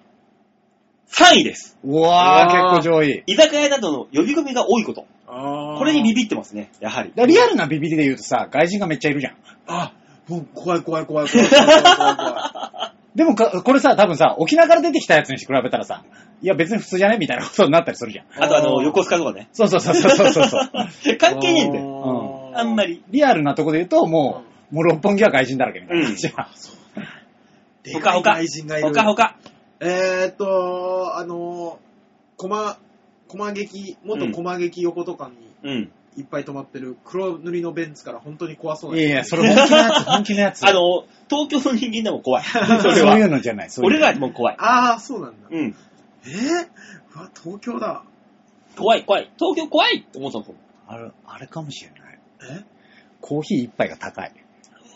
3位です。
うわ
うわー
ー、結構上位。
居酒屋などの呼び込みが多いこと。
あー
これにビビってますね、やはり。
リアルなビビリで言うとさ、外人がめっちゃいるじゃん。
あ、もう怖い怖い怖い怖い怖い怖い怖い怖
でもか、これさ、多分さ、沖縄から出てきたやつに比べたらさ、いや別に普通じゃねみたいなことになったりするじゃん。
あとあの、
あー
横須賀とかね。
そうそうそうそうそうそう。
関係ねえんだよ。
よ
あんま
り。
り。
リアルなとこで言うと、もう、もう六本木は外人だらけみたいな感じじゃん。
で
ほか
か
ほ
い
か。
外人がいる。
ほかほか。
えーっと、あの、駒、駒劇、元駒劇横とかに
うん。
いっぱい止まってる黒塗りのベンツから本当に怖そうない
やい
人。
や、それ本気のやつ、本気のやつ。
あの、東京の人間でも怖い。それ
そういう
は。
のじゃない。そういう
俺
の
らでも怖い。
ああ、そうなんだ。
うん。
えー、うわ、東京だ。
怖い怖い。東京怖いって思ったの。
あれ、あれかもしれない。
え
コーヒー一杯が高い。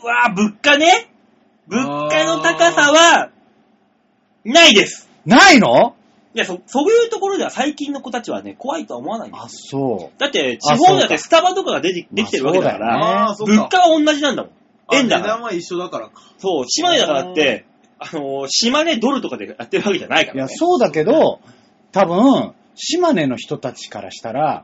うわぁ、物価ね。物価の高さは、ないです。
ないの
いや、そ、そういうところでは最近の子たちはね、怖いとは思わないんです
あ、そう。
だって、地
あ
方だっ
そう
て
か
スタバとかが出てできてるわけだか
あ
ら、
ああ、そっ
物
か。
価は同じなんだもん。
あ
円だ
値
から。
段は一緒だからか。
そう、島根だからって、あのー、島根ドルとかでやってるわけじゃないか
い
ら、
や、
ね。
そうだけど、多分、島根の人たちからしたら、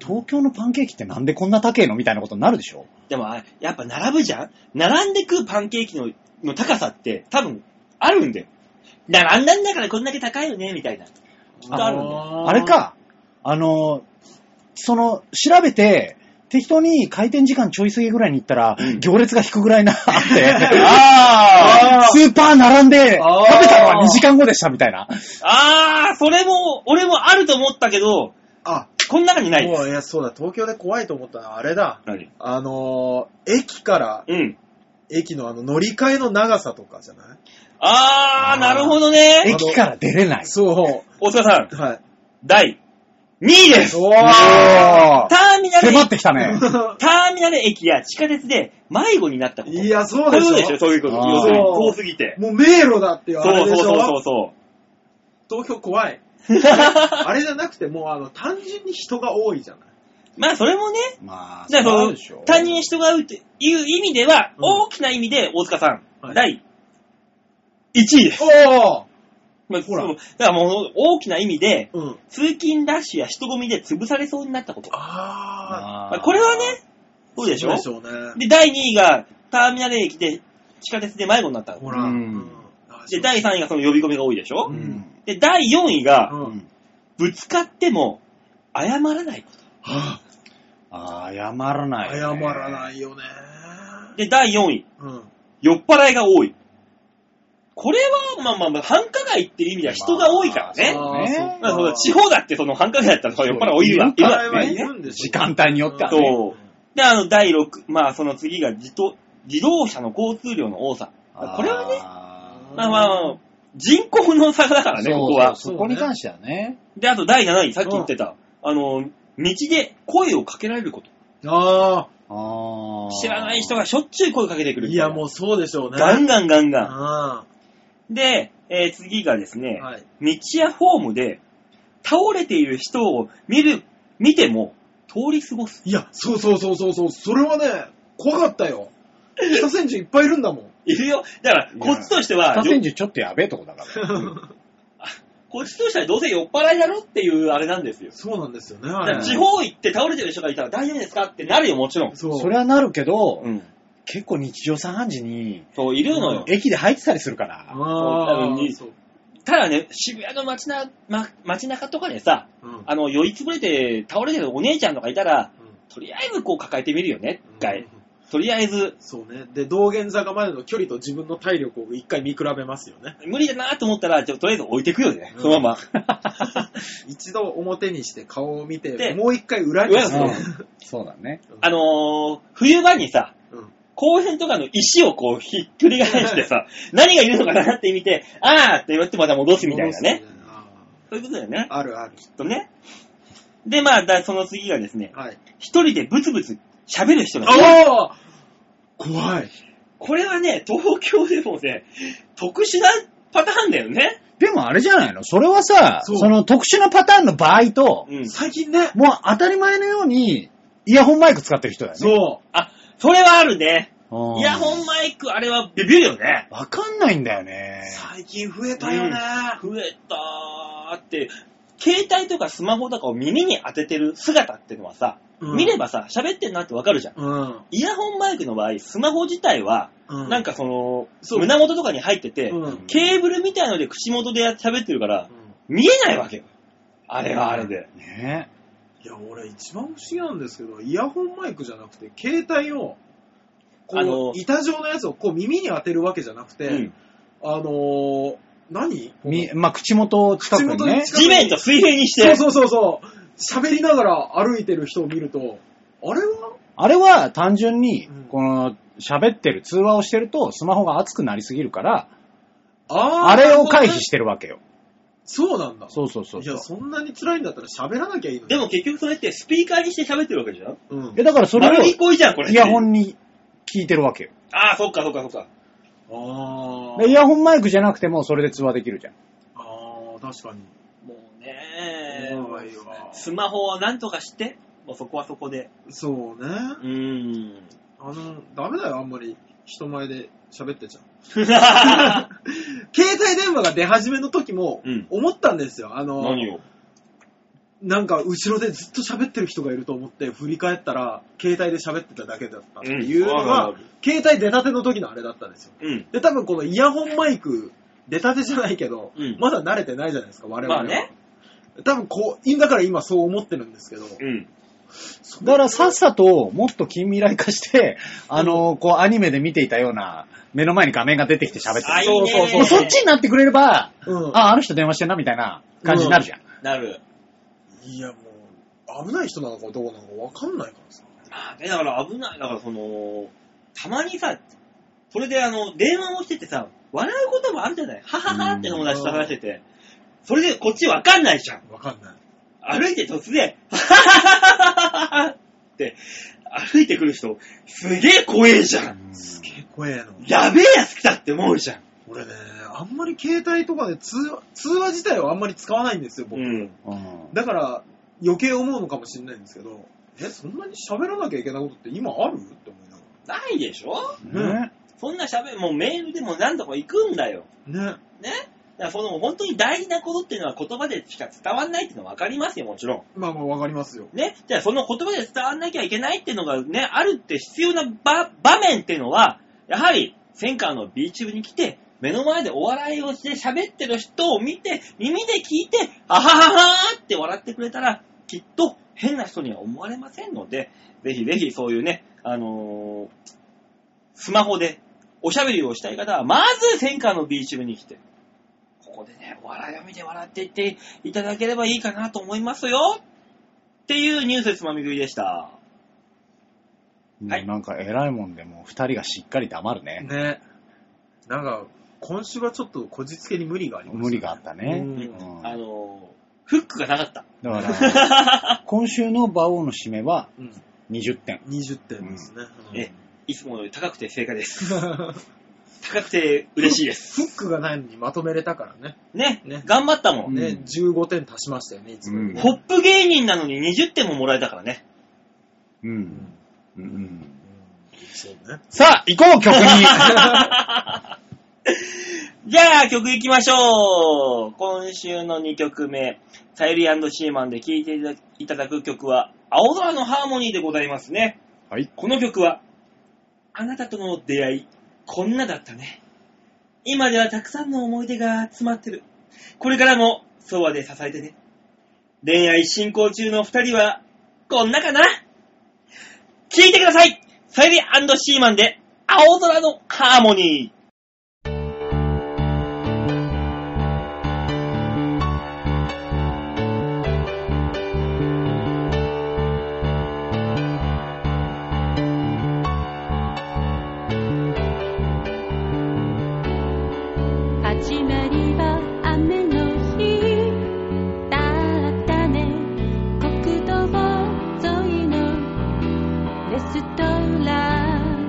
東京のパンケーキってなんでこんな高いのみたいなことになるでしょ
でも、あやっぱ並ぶじゃん並んで食うパンケーキのの高さって、多分、あるんだよ。並んだんだからこんだけ高いよね、みたいな。とあるんだよ
あー
あれ。か、あの、その、調べて、適当に開店時間ちょい過ぎぐらいに行ったら、行列が引くぐら いな、あって、
あ
スーパー並んで、
あー
食べたのは2時間後でしたみたいな。
あー、それも、俺もあると思ったけど、
あ、
この中にないで
も
す。
う、いや、そうだ、東京で怖いと思ったのはあれだ。
何
あのー、駅から、
うん。
駅のあの、乗り換えの長さとかじゃない
あ
あ
ー、
ー
なるほどね。
駅から出れない。
そ
大塚さん、
う。はい。
第2位です。
お
おー
ターミナル
迫
駅
ってき たね。
ターミナル駅や地下鉄で迷子になったこと。
いや、そう
そう
で
いうことで
し
し
ょ
ょ、。そういうこと。
あー
要するに遠すぎて。
もう迷路だっていう
そ
あれ
うそ
で
う
しょ
そうそうそ
東京 怖い。あれじゃなくて、もうあの、単純に人が多いじゃない。
う。まあ、それもね、
まあ、
じゃあ、
そう
そ
でしょ
の、他人に人が会うっていう意味では、
うん
大きな意味で、大塚さん、
はい
第1位です。
お
まあ、
ほら
そうだからもう、大きな意味で、
おうん。
通勤ラッシュや人混みで潰されそうになったこと。
ああ、
まあこれはね、そうでしょ
そうでしょうね。
で、第2位が、ターミナル駅で、地下鉄で迷子になったの。
ほら。
うん
で、第3位がその呼び込みが多いでしょ、
う
うんん。
で、第4位が、
うん。
ぶつかっても謝らないこ
は
あー謝ら
あ
ない
謝
よね。
らないよね。
と。で、第4位、
うん。
酔っ払いが多い。これは、まあまあまあ、繁華街っていう意味では人が多いからね。
まあ
ね
そう
まあ、
か
そうだ地方だってその繁華街だったらそう酔っ払い多いわ。
いる
い
か
るわ
ら
前はいるんでし
時
ょ
間帯によってはね。
そうで、あの、第6、まあ、その次が自動自動車の交通量の多さ。これはね、
ね
まあまあまあ、人口の差だからね、ここは。
そこに関してはね。
で、あと第7位、さっき言ってた、あの、道で声をかけられること。
あ
あ
知らない人がしょっちゅう声かけてく
あ。
る。
いや、もうそうでしょうね。
ガンガンガンガ
あ
ン。で、えー次がですね、
あはい。
道やホームで倒れている人を見る、見ても通り過ごす。
いや、そうそうそうそうそう。それはね、怖かったよ。北千住いっぱいいるんだもん。
いるよ。だから、こっちとしては
北、千住ちょっとやべえとこだから。
こっちとしてはどうせ酔っ払いだろっていうあれなんですよ。
そうなんですよね、
だ
あ
か
れ
ら地方行って倒れてる人がいたら大丈夫ですかってなるよ、もちろん。
そう。
それはなるけど、
うん。
結構日常茶飯事に、
そう、いるのよ。
駅で入ってたりするから。
あ
そう多分
あ。
に
そう
ただね、渋谷の街な、ま、街中とかでさ、
うん
あの、酔いつぶれて倒れてるお姉ちゃんとかいたら、
うん
とりあえずこう抱えてみるよね、一
うん
回。とりあえず、
そうね。で、道玄坂までの距離と自分の体力を一回見比べますよね。
無理だなと思ったら、ちょとりあえず置いてくよね、
うん
そのま
一度表にして顔を見
で
て、もう一回裏にして。
裏
う
に
ん
す
そうだね。
ま。あのー、冬場にさ、
うん
公園とかの石をこうひっくり返してさ、何がいるのかなって見て、あーって言ってまた戻すみたいなね。。そういうことだよね、
あるある。
きっとね。で、まあ、だその次がですね、
はい。
一人でブツブツ喋る人がいる。
ああ怖い。
これはね、東京でもね、特殊なパターンだよね。
でもあれじゃないのそれはさ、
そう
その特殊なパターンの場合と、
うん。
最近ね。
もう当たり前のように、イヤホンマイク使ってる人だよね。
そ
あ、それはあるね。
うん
イヤホンマイク、あれはビビるよね。
わかんないんだよね
う。。最近増えたよね。
増えたーって、携帯とかスマホとかを耳に当ててる姿ってのはさ、
うん
見ればさ、喋ってんなってわかるじゃん。
うん。
イヤホンマイクの場合、スマホ自体は、
うん
なんかその、
そう
胸元とかに入ってて、
うん
ケーブルみたいので口元でや喋ってるから、見えないわけよ。あれはあれで。
ね
いや、俺一番不思議なんですけど、イヤホンマイクじゃなくて、携帯を、こう、
あの
板状のやつをこう耳に当てるわけじゃなくて、
うん
あのー、何
み、まあ、口元近くに
口元
ね。
に近
地面と水平にして、
そうそうそうそう。喋りながら歩いてる人を見ると、あれは
あれは単純に
うん、
この、喋ってる、通話をしてると、スマホが熱くなりすぎるから、
あー
あれを回避してるわけよ。
そうなんだ。
そうそうそう
い
そう
や、。そんなに辛いんだったら喋らなきゃいいのに。
でも、結局それってスピーカーにして喋ってるわけじゃん
うん。
え、だからそれ
丸
を、
聞
イ
こえじゃん、これ。
ヤホ
ン。
ンに聞いてるわけよ。
ああ、そっかそっかそっか。
あ
でイ
ー。
ヤホンマイクじゃなくても、それで通話できるじゃん。
あー、確かに。
もうね
怖いわ
スマホはなんとかして、もうそこはそこで。
そうね。
うー ん。
あの、ダメだよ、あんまり人前で喋 ってちゃう。
何
携帯電話が出始めの時も
うん、
思ったんですよ。あの、
を
なんか後ろでずっと喋ってる人がいると思って振り返ったら、携帯で喋ってただけだったっていうのが、
うん
携帯出たての時のあれだったんですよ。
うん。
で、多分このイヤホンマイク、出たてじゃないけど、
うん
まだ慣れてないじゃないですか、我々
ま
は。
あね。
多分こう、だから今そう思ってるんですけど。
うん。
だからさっさともっと近未来化して、あの、こうアニメで見ていたような、目の前に画面が出てきて喋って
あ、い
る。
いね
そうそう
もうそっちになってくれれば、
うん。
あ、あの人電話してんなみたいな感じになるじゃん。
なる。
いやもう、危ない人なのかどうなのかわかんないからさ。
まあね、だから危ない。だからその、たまにさ、それであの、電話をしててさ、笑うこともあるじゃないはははって友達と話してて。それでこっちわかんないじゃん。
わかんない。
歩いて突然、はははははって、歩いてくる人、すげえ怖えじゃん。
すげえ怖えの。
やべえやつ来たって思うじゃん。
俺ね、あんまり携帯とかで通話、通話自体はあんまり使わないんですよ、僕。
ん。
うん
だから、余計思うのかもしれないんですけど、え、そんなに喋らなきゃいけないことって今あるって思いなが
ないでしょ
ね
そんな喋、もうメールでも何度か行くんだよ。
ら。ね。
ねだからその本当に大事なことっていうのは言葉でしか伝わんないっていうのは分かりますよ、もちろ
まあまあわかりますよ。
ん。ねじゃあその言葉で伝わんなきゃいけないっていうのがね、あるって必要な場場面っていうのは、やはり戦艦のビーチ部に来て、目の前でお笑いをして喋ってる人を見て、耳で聞いて、あはははーって笑ってくれたら、きっと変な人には思われませんので、ぜひぜひそういうね、あのースマホでおしゃべりをしたい方は、まず戦艦のビーチ部に来て、ここでね、お笑いを見て笑っていっていただければいいかなと思いますよっていうニュースつまみ食いでした。は
も
いう
なんか偉いもんで、もう二人がしっかり黙るね。
ね。なんか、今週はちょっとこじつけに無理があります、
無理があったね。
うん
うん
あのーフックがなかった。
だから、今週の馬王の締めは
うん。
20点。
20点ですね。うん
え、いつもより高くて正解です。高くて嬉しいです。
フックがないのにまとめれたからね。
ね、
ね
頑張ったもん。
ね、
うん
15点足しましたよね、いつもよりね。
ホップ芸人なのに20点ももらえたからね。
うん。うん。
そうね。
さあ、行こう、曲に。
じゃあ曲行きましょう今週の2曲目、サイリーシーマンで聴いていただく曲は、青空のハーモニーでございますね。
はい。
この曲は、あなたとの出会い、こんなだったね。今ではたくさんの思い出が詰まってる。これからも、そばで支えてね。恋愛進行中の二人は、こんなかな聞いてくださいサイリーシーマンで、青空のハーモニー。
始まりは雨の日だったね国道沿いのレストラン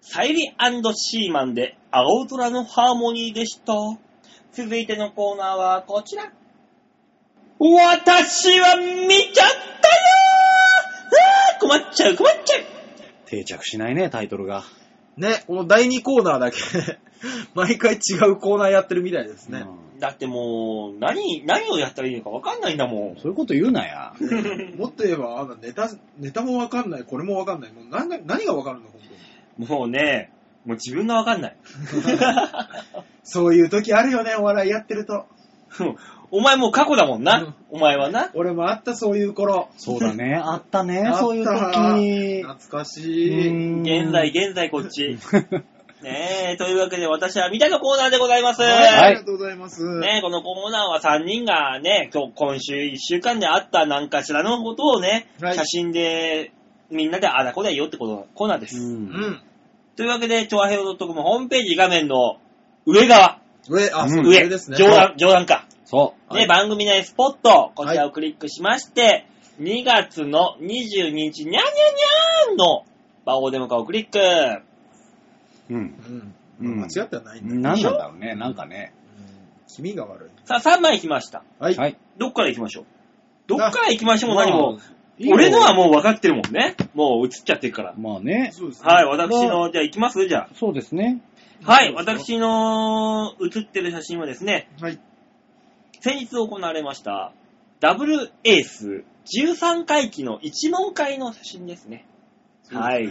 サイリシーマンで青空のハーモニーでした。続いてのコーナーはこちら。私は見ちゃったよーあー困っちゃう、困っちゃう
定着しないね、タイトルが。
ね、この第2コーナーだけ、 毎回違うコーナーやってるみたいですね。
だってもう、何、何をやったらいいのか分かんないんだも
うんん。そういうこと言うなや。
もっと言えば、あのネタ、ネタもわかんない、これもわかんない。もう何が、何がわかるの、本当に。
もうね、もう自分が分かんない。
そういう時あるよね、お笑いやってると。
お前もう過去だもんな。
うん
お前はな。
俺もあった、そういう頃。
そうだね。あったね
あっ、た
そういう時。
懐か
う
しい。
ーん
現在、。現在、こっち。ねえ、というわけで私は見たのコーナーでございます。
はいあ
はい
りがとうございます。
ねえ、このコーナーは3人がね、今日、今週1週間であった何かしらのことをね、
はい
写真で、みんなであだこだよってことコーナーです。
うん。
というわけで、調和平洋 .com ホームページ画面の上側、
上、あ、
うん
そう
上、
上ですね。
上段、上段か。
そ
は
で、
い
番組内スポット、こちらをクリックしまして、2月の22日、にゃんにゃんにゃーんの、バオーデモカをクリック。
う。うん。
うん。
うん
間違ってはないんだよ
何なんだろうね、なんかね。
気味が悪い。
さあ、3枚行きました。
はい。
はい。
どっから行きましょうどっから行きましょうも何も
ま。あいいよ
俺のはもう分かってるもんね。もう映っちゃってるから。
まあね。
そうですね。
はい、私の、じゃあ行きますじゃ
そうですね。
あ。はい、。私の写ってる写真はですね、
はい。
先日行われました、ダブルエース13回忌の一問会の写真ですね。はい。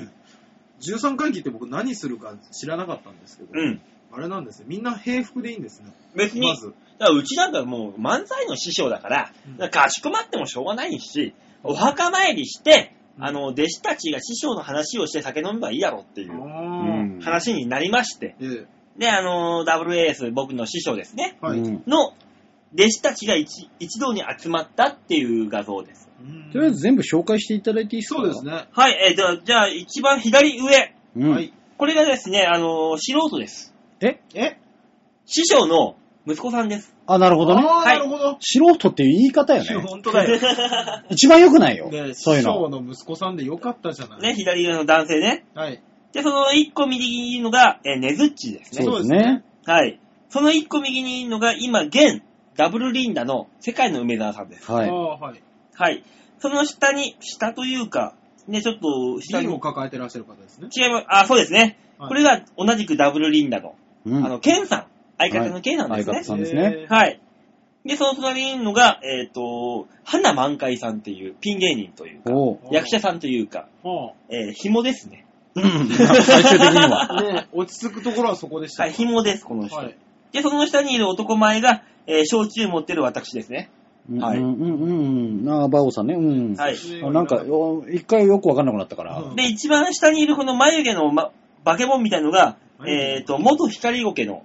13回忌って僕何するか知らなかったんですけど、
うん。
あれなんですね。みんな平服でいいんですね。
別に、
ま
だか
ず。
らうちなんかもう漫才の師匠だから、
うん
だからかしこまってもしょうがないし、お墓参りして、
うん
あの、弟子たちが師匠の話をして酒飲めばいいだろうっていう
う
あ
ん。
話になりまして、
ーえ
で、あの、ダブルエース、僕の師匠ですね、
えはい。
うん
の弟子たちが一一堂に集まったっていう画像です。
うん
とりあえず全部紹介していただいていいですか
そうです。ね。
はい、えーじゃあ、じゃあ一番左上。
うん
はい。
これがですね、あの、素人です。
え
え
師匠の息子さんです。
あ、なるほどね。
あー
は
ないるほど。
素人っていう言い方よね。
本当だよ。
一番良くないよ
ね。
そうい
師
う
匠
の。
の息子さんでよかったじゃな い。
ね、左上の男性ね。
はい。
で、その一個右にいるのが、えーネズッチですね。
そうですね。
はい。その一個右にいるのが、今、現、ダブルリンダの世界の梅沢さんです。
あ
はい。
あー、はい。
はい。その下に、下というか、ね、ちょっと、下
瓶を
に。
抱えてらっしゃる方ですね。
違います。あ、そうですね。
はい
これが同じくダブルリンダの、
うん
あの、ケンさん。相方のケンさんです
は
ね
い。そうですね
い。
はい。で、その隣にいるのが、えっ、と、花満開さんっていう、ピン芸人というか、
おう
お
役者さんというか、
は
えー、紐ですね。
うん最終的には。
あね落ち着くところはそこでした。
はい、紐です、この人。
はい。
で、その下にいる男前が、えー焼酎持ってる私ですね。はい
うんうんうんうん。ああ、バオさんね。うん。
はい。
あなんか、よ一回よくわかんなくなったから。
うん
で、一番下にいるこの眉毛の、ま、バケモンみたいのが、
眉毛
えっ、と、元光ゴケの、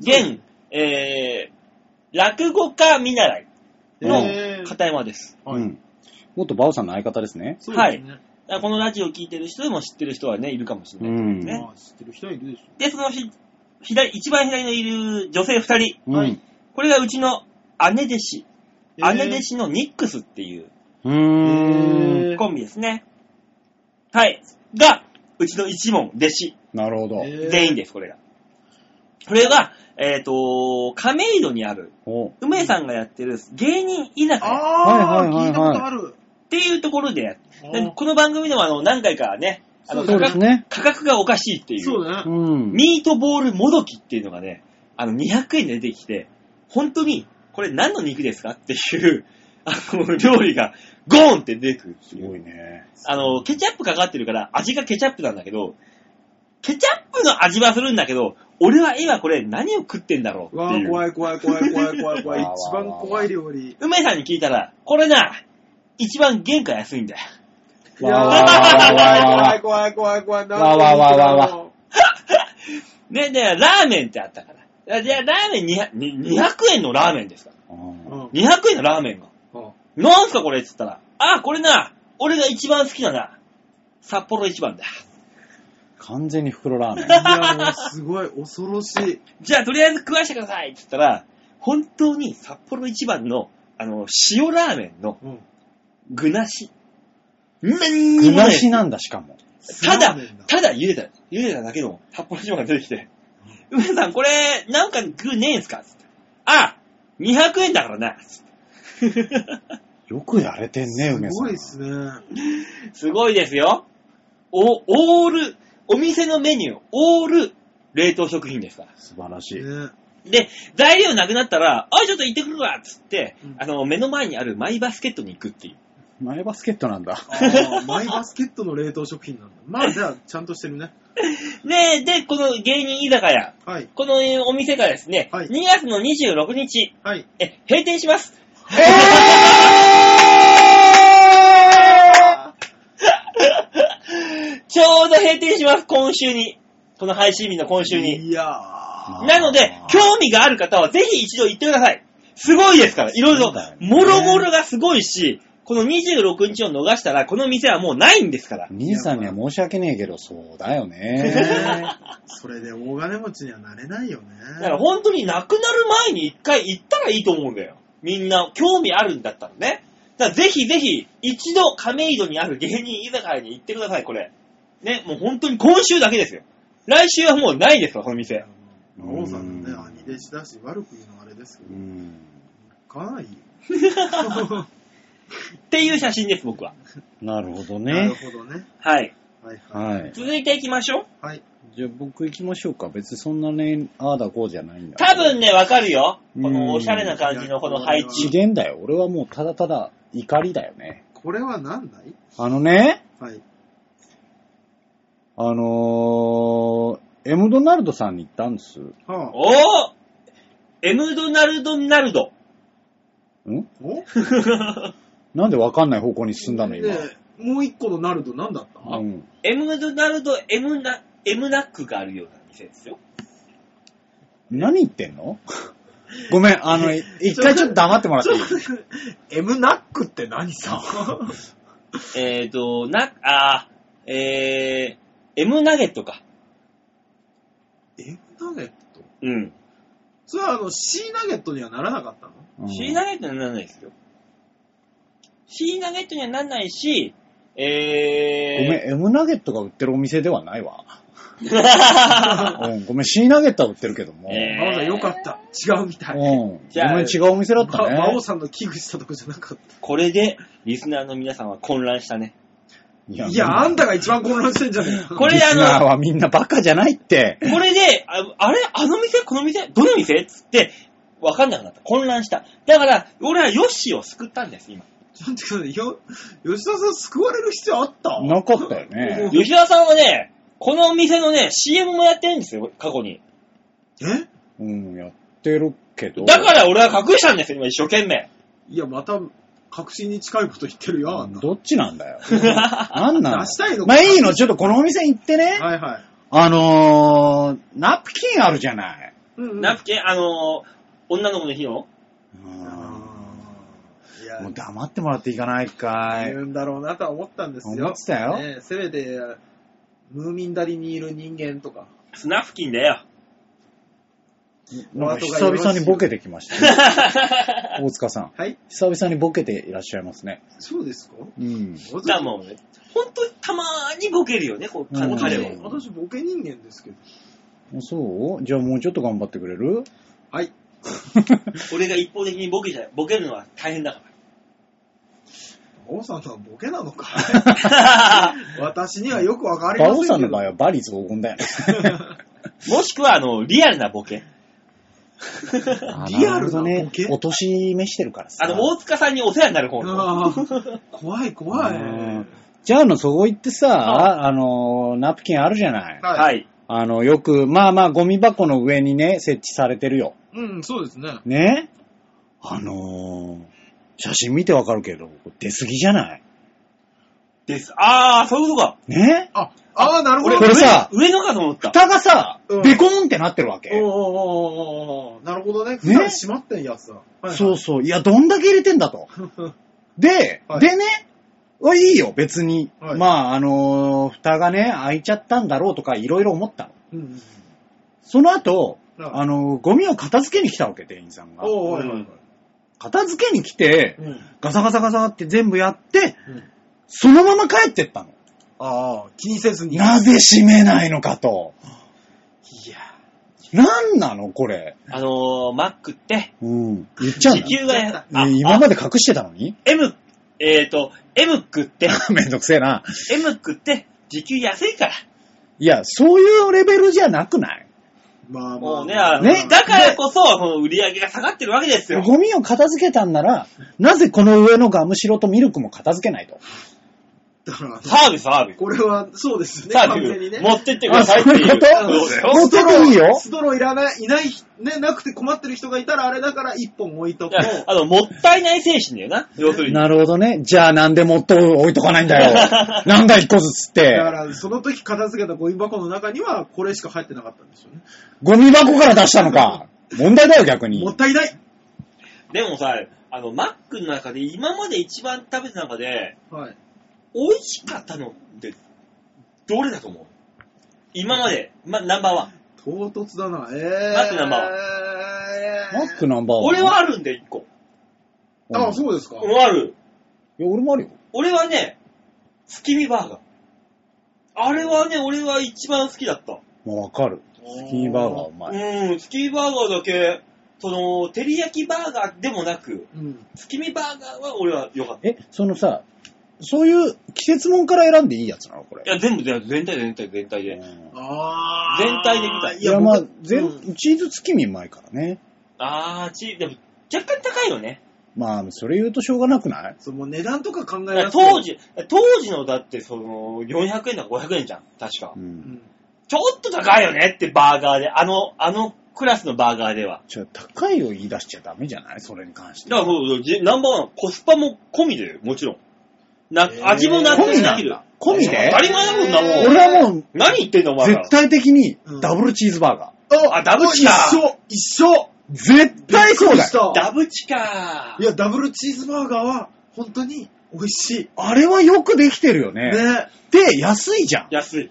現、えー、落語家見習い
え
の
ー
片山です。
はい
うん。もっとバオさんの相方ですね。
そうですね。
だからこのラジオ聞いてる人でも知ってる人はね、いるかもしれ
う
ない。
ん。
ね
まあ、知ってる人はいるでしょ
で、そのひ、左、一番左にいる女性二人。
う
は
ん
い。
これがうちの姉弟子。
えー
姉弟子のニックスっていう
うーん。
えー
コンビですね。はい。が、うちの一門、弟子。
なるほど。
えー
全員です、これが。これが、えっ、と、亀戸にある、
お
梅さんがやってる芸人居酒屋っ
ああ、
はいはいはいはい
聞いたことある。
ていうところでやっ
あ
で
ー
この番組でもあの、何回かね、あの、
そう
価
です
格
ね。
価格がおかしいっていう、
そうだ
う
ね。
ん。
ミートボールもどきっていうのがね、あの、200円で出てきて、本当に、これ何の肉ですかっていう、あの、料理が、ゴーンって出てくるって
す
いう
ごいね。
あの、ケチャップかかってるから、味がケチャップなんだけど、ケチャップの味はするんだけど、俺は今これ何を食ってんだろうっ
わ
て
あ、
いう。
怖い怖い怖い怖い怖い 怖い。
わーわーわー
一番怖い料理。
梅さんに聞いたら、これな、一番原価安いんだよ。
いやー
わー
怖い怖い怖い怖い怖い。
わーわーわーわーわー
なんか
ね、で、ラーメンってあったから。じゃあ、ラーメン200に200円のラーメンですか
うん
うん
?200 円のラーメンが。なんすかこれって言ったら、あ、これな、俺が一番好きなな、札幌一番だ。
完全に袋ラーメン。
いや、もうすごい、恐ろしい。
じゃあ、とりあえず食わしてくださいって言ったら、本当に札幌一番の、あの、塩ラーメンの
うん
具なし。何に
具
もな。
ないしなんだ、しかも。
た
そう
だ
なんだ、
ただ茹でた、茹でただけの札幌島が出てきて、梅さんこれ、なんか具ねえんすかつってあ、200円だからな。つって
よくやれてんね、梅
す
さん。
ごいっすね。
すごいですよ。お、オール、お店のメニュー、オール、冷凍食品ですから。
素晴らしい。
ね
で、材料なくなったら、あ、ちょっと行ってくるわっつって、
うん
あの、目の前にあるマイバスケットに行くっていう。
前バスケットなんだ。
あーマイバスケットの冷凍食品なんだ。まあ、じゃあ、ちゃんとしてるね。
で、で、この芸人居酒屋、
はい。
このえーお店がですね、
はい
2月の26日、
はい。
え、閉店します。 ちょうど閉店します、今週に。この配信日の今週に。
いやー。
なので、興味がある方はぜひ一度行ってください。すごいですから、いろい
そ
ろ
うだよ、ね
もろもろがすごいし、この26日を逃したら、この店はもうないんですから。
兄さんには申し訳ねえけど、そうだ よね。
ねそれで大金持ちにはなれないよね。
だから本当になくなる前に一回行ったらいいと思うんだよ。みんな興味あるんだったらね。だからぜひぜひ一度亀戸にある芸人居酒屋に行ってください、これ。ね、もう本当に今週だけですよ。来週はもうないですよ、この店。
王さんのね、兄弟子だし、悪く言うのはあれですけ
う
ど、
ん。
かなりいい。
っていう写真です、僕は。
なるほど
なる
ね。
ほどね。
はい。
はいはい。
はい。
続いていきましょう。
はい。
じゃあ僕行きましょうか。別にそんなね、ああだこうじゃないんだ。
多分ね、わかるよ。こ
うん
のおしゃれな感じのこの配
資
置。
源だよ。俺はもうただただ怒りだよね。
これは何だい
あのね、
はい。
あのー、エムドナルドさんに行ったんです。ん
はあ。
おーエムドナルドナルド。
お
なんでわかんない方向に進んだの今。
でもう一個のナルド何だった、
うん。
エムドナルド、エムナ、エムナックがあるような店ですよ。
何言ってんの ごめん、あの、一回ちょっと黙ってもらっていい
?M ナックって何 さ
えーと、な、あーえー、M ナゲットか。
?M ナゲット
うん。
それはあの C ナゲットにはならなかったの
C ナゲットにはならないですよ。C ナゲットにはならないし、
ごめん
え、
エムナゲットが売ってるお店ではないわ。
ー、ご
うん、ごめん、C ナゲットは売ってるけども。
え
あら、よかった。違うみた
うん。
い。
ご
じゃあ
めん、違うお店だった
ま馬王
ね。
さんの危惧したとこじゃなかっ
これで、リスナーの皆さんは混乱したね。
い
た。いや、あんたが一番混乱してんじゃねえか。
これ
リ
であ
ス
の
ナーはみんなバカじゃないって。
これで、ああれあの店この店どの店つって、わかんなくなった。混乱した。だから、俺はヨッシーを救ったんです、今。
ちょっと待ってよ、吉田さん救われる必要あった
なかったよね。
吉田さんはね、このお店のね、CM もやってるんですよ、過去に。
え
うん、やってるけど。
だから俺は隠したんですよ、今一生懸命。
いや、また、確信に近いこと言ってるよ、あんな。
どっちなんだ よ。なんなの
出したいのか
まあいいの、ちょっとこのお店行ってね。
はいはい。
あのー、ナプキンあるじゃない。
うんうん
ナプキン、あのー女の子の日の
うん
いや、
もう黙ってもらっていかないかい
言。うんだろうなとは思ったんですよ。
思ってたよ
ねえ、せめて、ムーミンダリにいる人間とか。
スナフキンだよ。
なんか久々にボケてきましたね、 大塚さん。
はい
久々にボケていらっしゃいますね。
そうですか
うん。
だからもう、ほんとたまーにボケるよね、こう
うん
彼
私、
は。
私ボケ人間ですけど。
そうじゃあもうちょっと頑張ってくれる
はい。
俺が一方的にボケちゃ、ボケるのは大変だか
馬王さんとはボケなの か。
ら。
私にはよくわかりません
馬
けど。
王さんの場合はバリ雑言だよね。
もしくは、あの、リアルなボケ。
リアルなボ
ね
ケ。
お年めしてるからさ。
あの、大塚さんにお世話になる方の。
あー怖い怖い。。
うんじゃあの、そこ行ってさ、あの、ナプキンあるじゃない。
はいい。
あの、よく、まあまあ、ゴミ箱の上にね、設置されてるよ。
うん、そうですね。
ねあのー、写真見てわかるけど、出過ぎじゃない
です。あー、そういうことか。
ね
あ、あー、なるほど。
これさ、
上のかと思った。
蓋がさ
うん、
ベコーンってなってるわけ
おー。おーおーおーおーなるほどね。普
ね
段閉まってんやつだ。はいはい
そうそう。いや、どんだけ入れてんだと。で、
はい
でね、あいいよ、別に。
はい
まあ、あのー蓋がね、開いちゃったんだろうとか、いろいろ思ったの。
うんうん
その後、
はい
あのーゴミを片付けに来たわけ、店員さんが。
おーおーおー
うん
片付けに来て
う、ん
ガサガサガサって全部やって、
うん
そのまま帰ってったの。
ああ、気にせずに。
鍋閉めないのかと。
いや、
なんなのこれ。
あのー、マックって、
うん。言っちゃう
時給がや、あ
の、ね今ま
で。
で隠してたのに
M、えっ、と、M クって、
めんどくせえな。
M クって、時給安いから。
いや、そういうレベルじゃなくない
まあま
も
あ。
うね、あの
ね
だからこそ、この売り上げが下がってるわけですよ。
ゴミを片付けたんなら、なぜこの上のガムシロとミルクも片付けないと。
だから、
サービス、サービス。
これは、そうですね、
サ
完
ー
全
ビ
に
ス、
ね。
持ってってくださいっていう。
あそういうこと
そうだよ
持ってていいよ
ストローいらない、いない、ね、なくて困ってる人がいたらあれだから一本置いとこ
だから
う。
あの、もったいない精神だよな。要するに。
なるほどね。じゃあなんでもっと置いとかないんだ よ。なんだ一個ずつっ
だか
て。
ら、その時片付けたゴミ箱の中には、これしか入ってなかったんでしょうね。
ゴミ箱から出したのか。問題だよ逆に
も。ったいない
でもさ、あの、マックの中で、今まで一番食べた中で、
はい。
美味しかったのって、どれだと思う今まで、ま、ナンバーワン。
唐突だな。えー。
マックナンバー
えー
マックナンバーワン
俺はあるんで、一個。
うん
あ、そうですか。
俺はある。
いや、俺もあるよ。
俺はね、月見バーガー。あれはね、俺は一番好きだった。
まあわかる。スキーバーガーうまい。
うん、月見バーガーだけ、その、照り焼きバーガーでもなく、
うん。
月見バーガーは俺は良かった。
え、そのさ、そういう季節もんから選んでいいやつなのこれ
い。や、全部、全体で、全体で、全体
う
で。
ん
あー
全体で見たい
いや、まあ、
僕
全、
うん
チーズ月見うまいからね。
あー、ち、でも、若干高いよね。
まあ、それ言うとしょうがなくない
その値段とか考
だか
えな
ら
くても
当、時、当時のだって、その、400円だか500円じゃん。確か
う。。
うんん
ちょっと高いよねって、バーガーで。あの、あのクラスのバーガーでは。
じゃあ高いを言い出しちゃダメじゃないそれに関して。
だからそうそうじナンバーワン、コスパも込みでよ、もちろん。な
へ、ー
味も納得で
込
き
み
る
な。込みで
当たり前だもんな、もう。
俺はもう、
何言ってんの、お前ら
絶。対的に
うん
ダブルチーズバーガー。
お
あダブチだ
一緒一緒
絶対そ
び
う
っくり
だ
し
よ
た
ダブチか
いや、ダブルチーズバーガーは、本当に美味しい。
あれはよくできてるよね。
ね。
で、安いじゃん。
安い。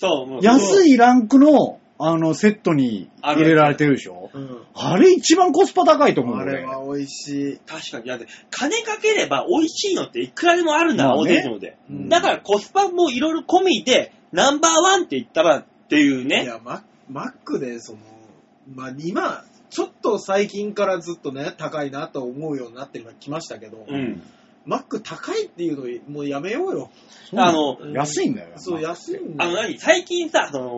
そう、もう
安
い。
いランクの、あの、セットに入れられてるでしょ
うん。
あれ一番コスパ高いと思う
あ
よ
れ
俺。
は美味しい。
確かに、だって、金かければ美味しいのっていくらでもあるんだ、
まあね
大手ので。
うん
だからコスパもいろいろ込みで、ナンバーワンって言ったらっていう
い
ね。
や、ママックで、その、まあ、今、ちょっと最近からずっとね、高いなと思うようになってるのが来ましたけど、
うん。
マック高いっていうのもうやめようよ。
そうな
あ
の
安いんだよ。
そう、安いんだ
あの何、最近さ、その、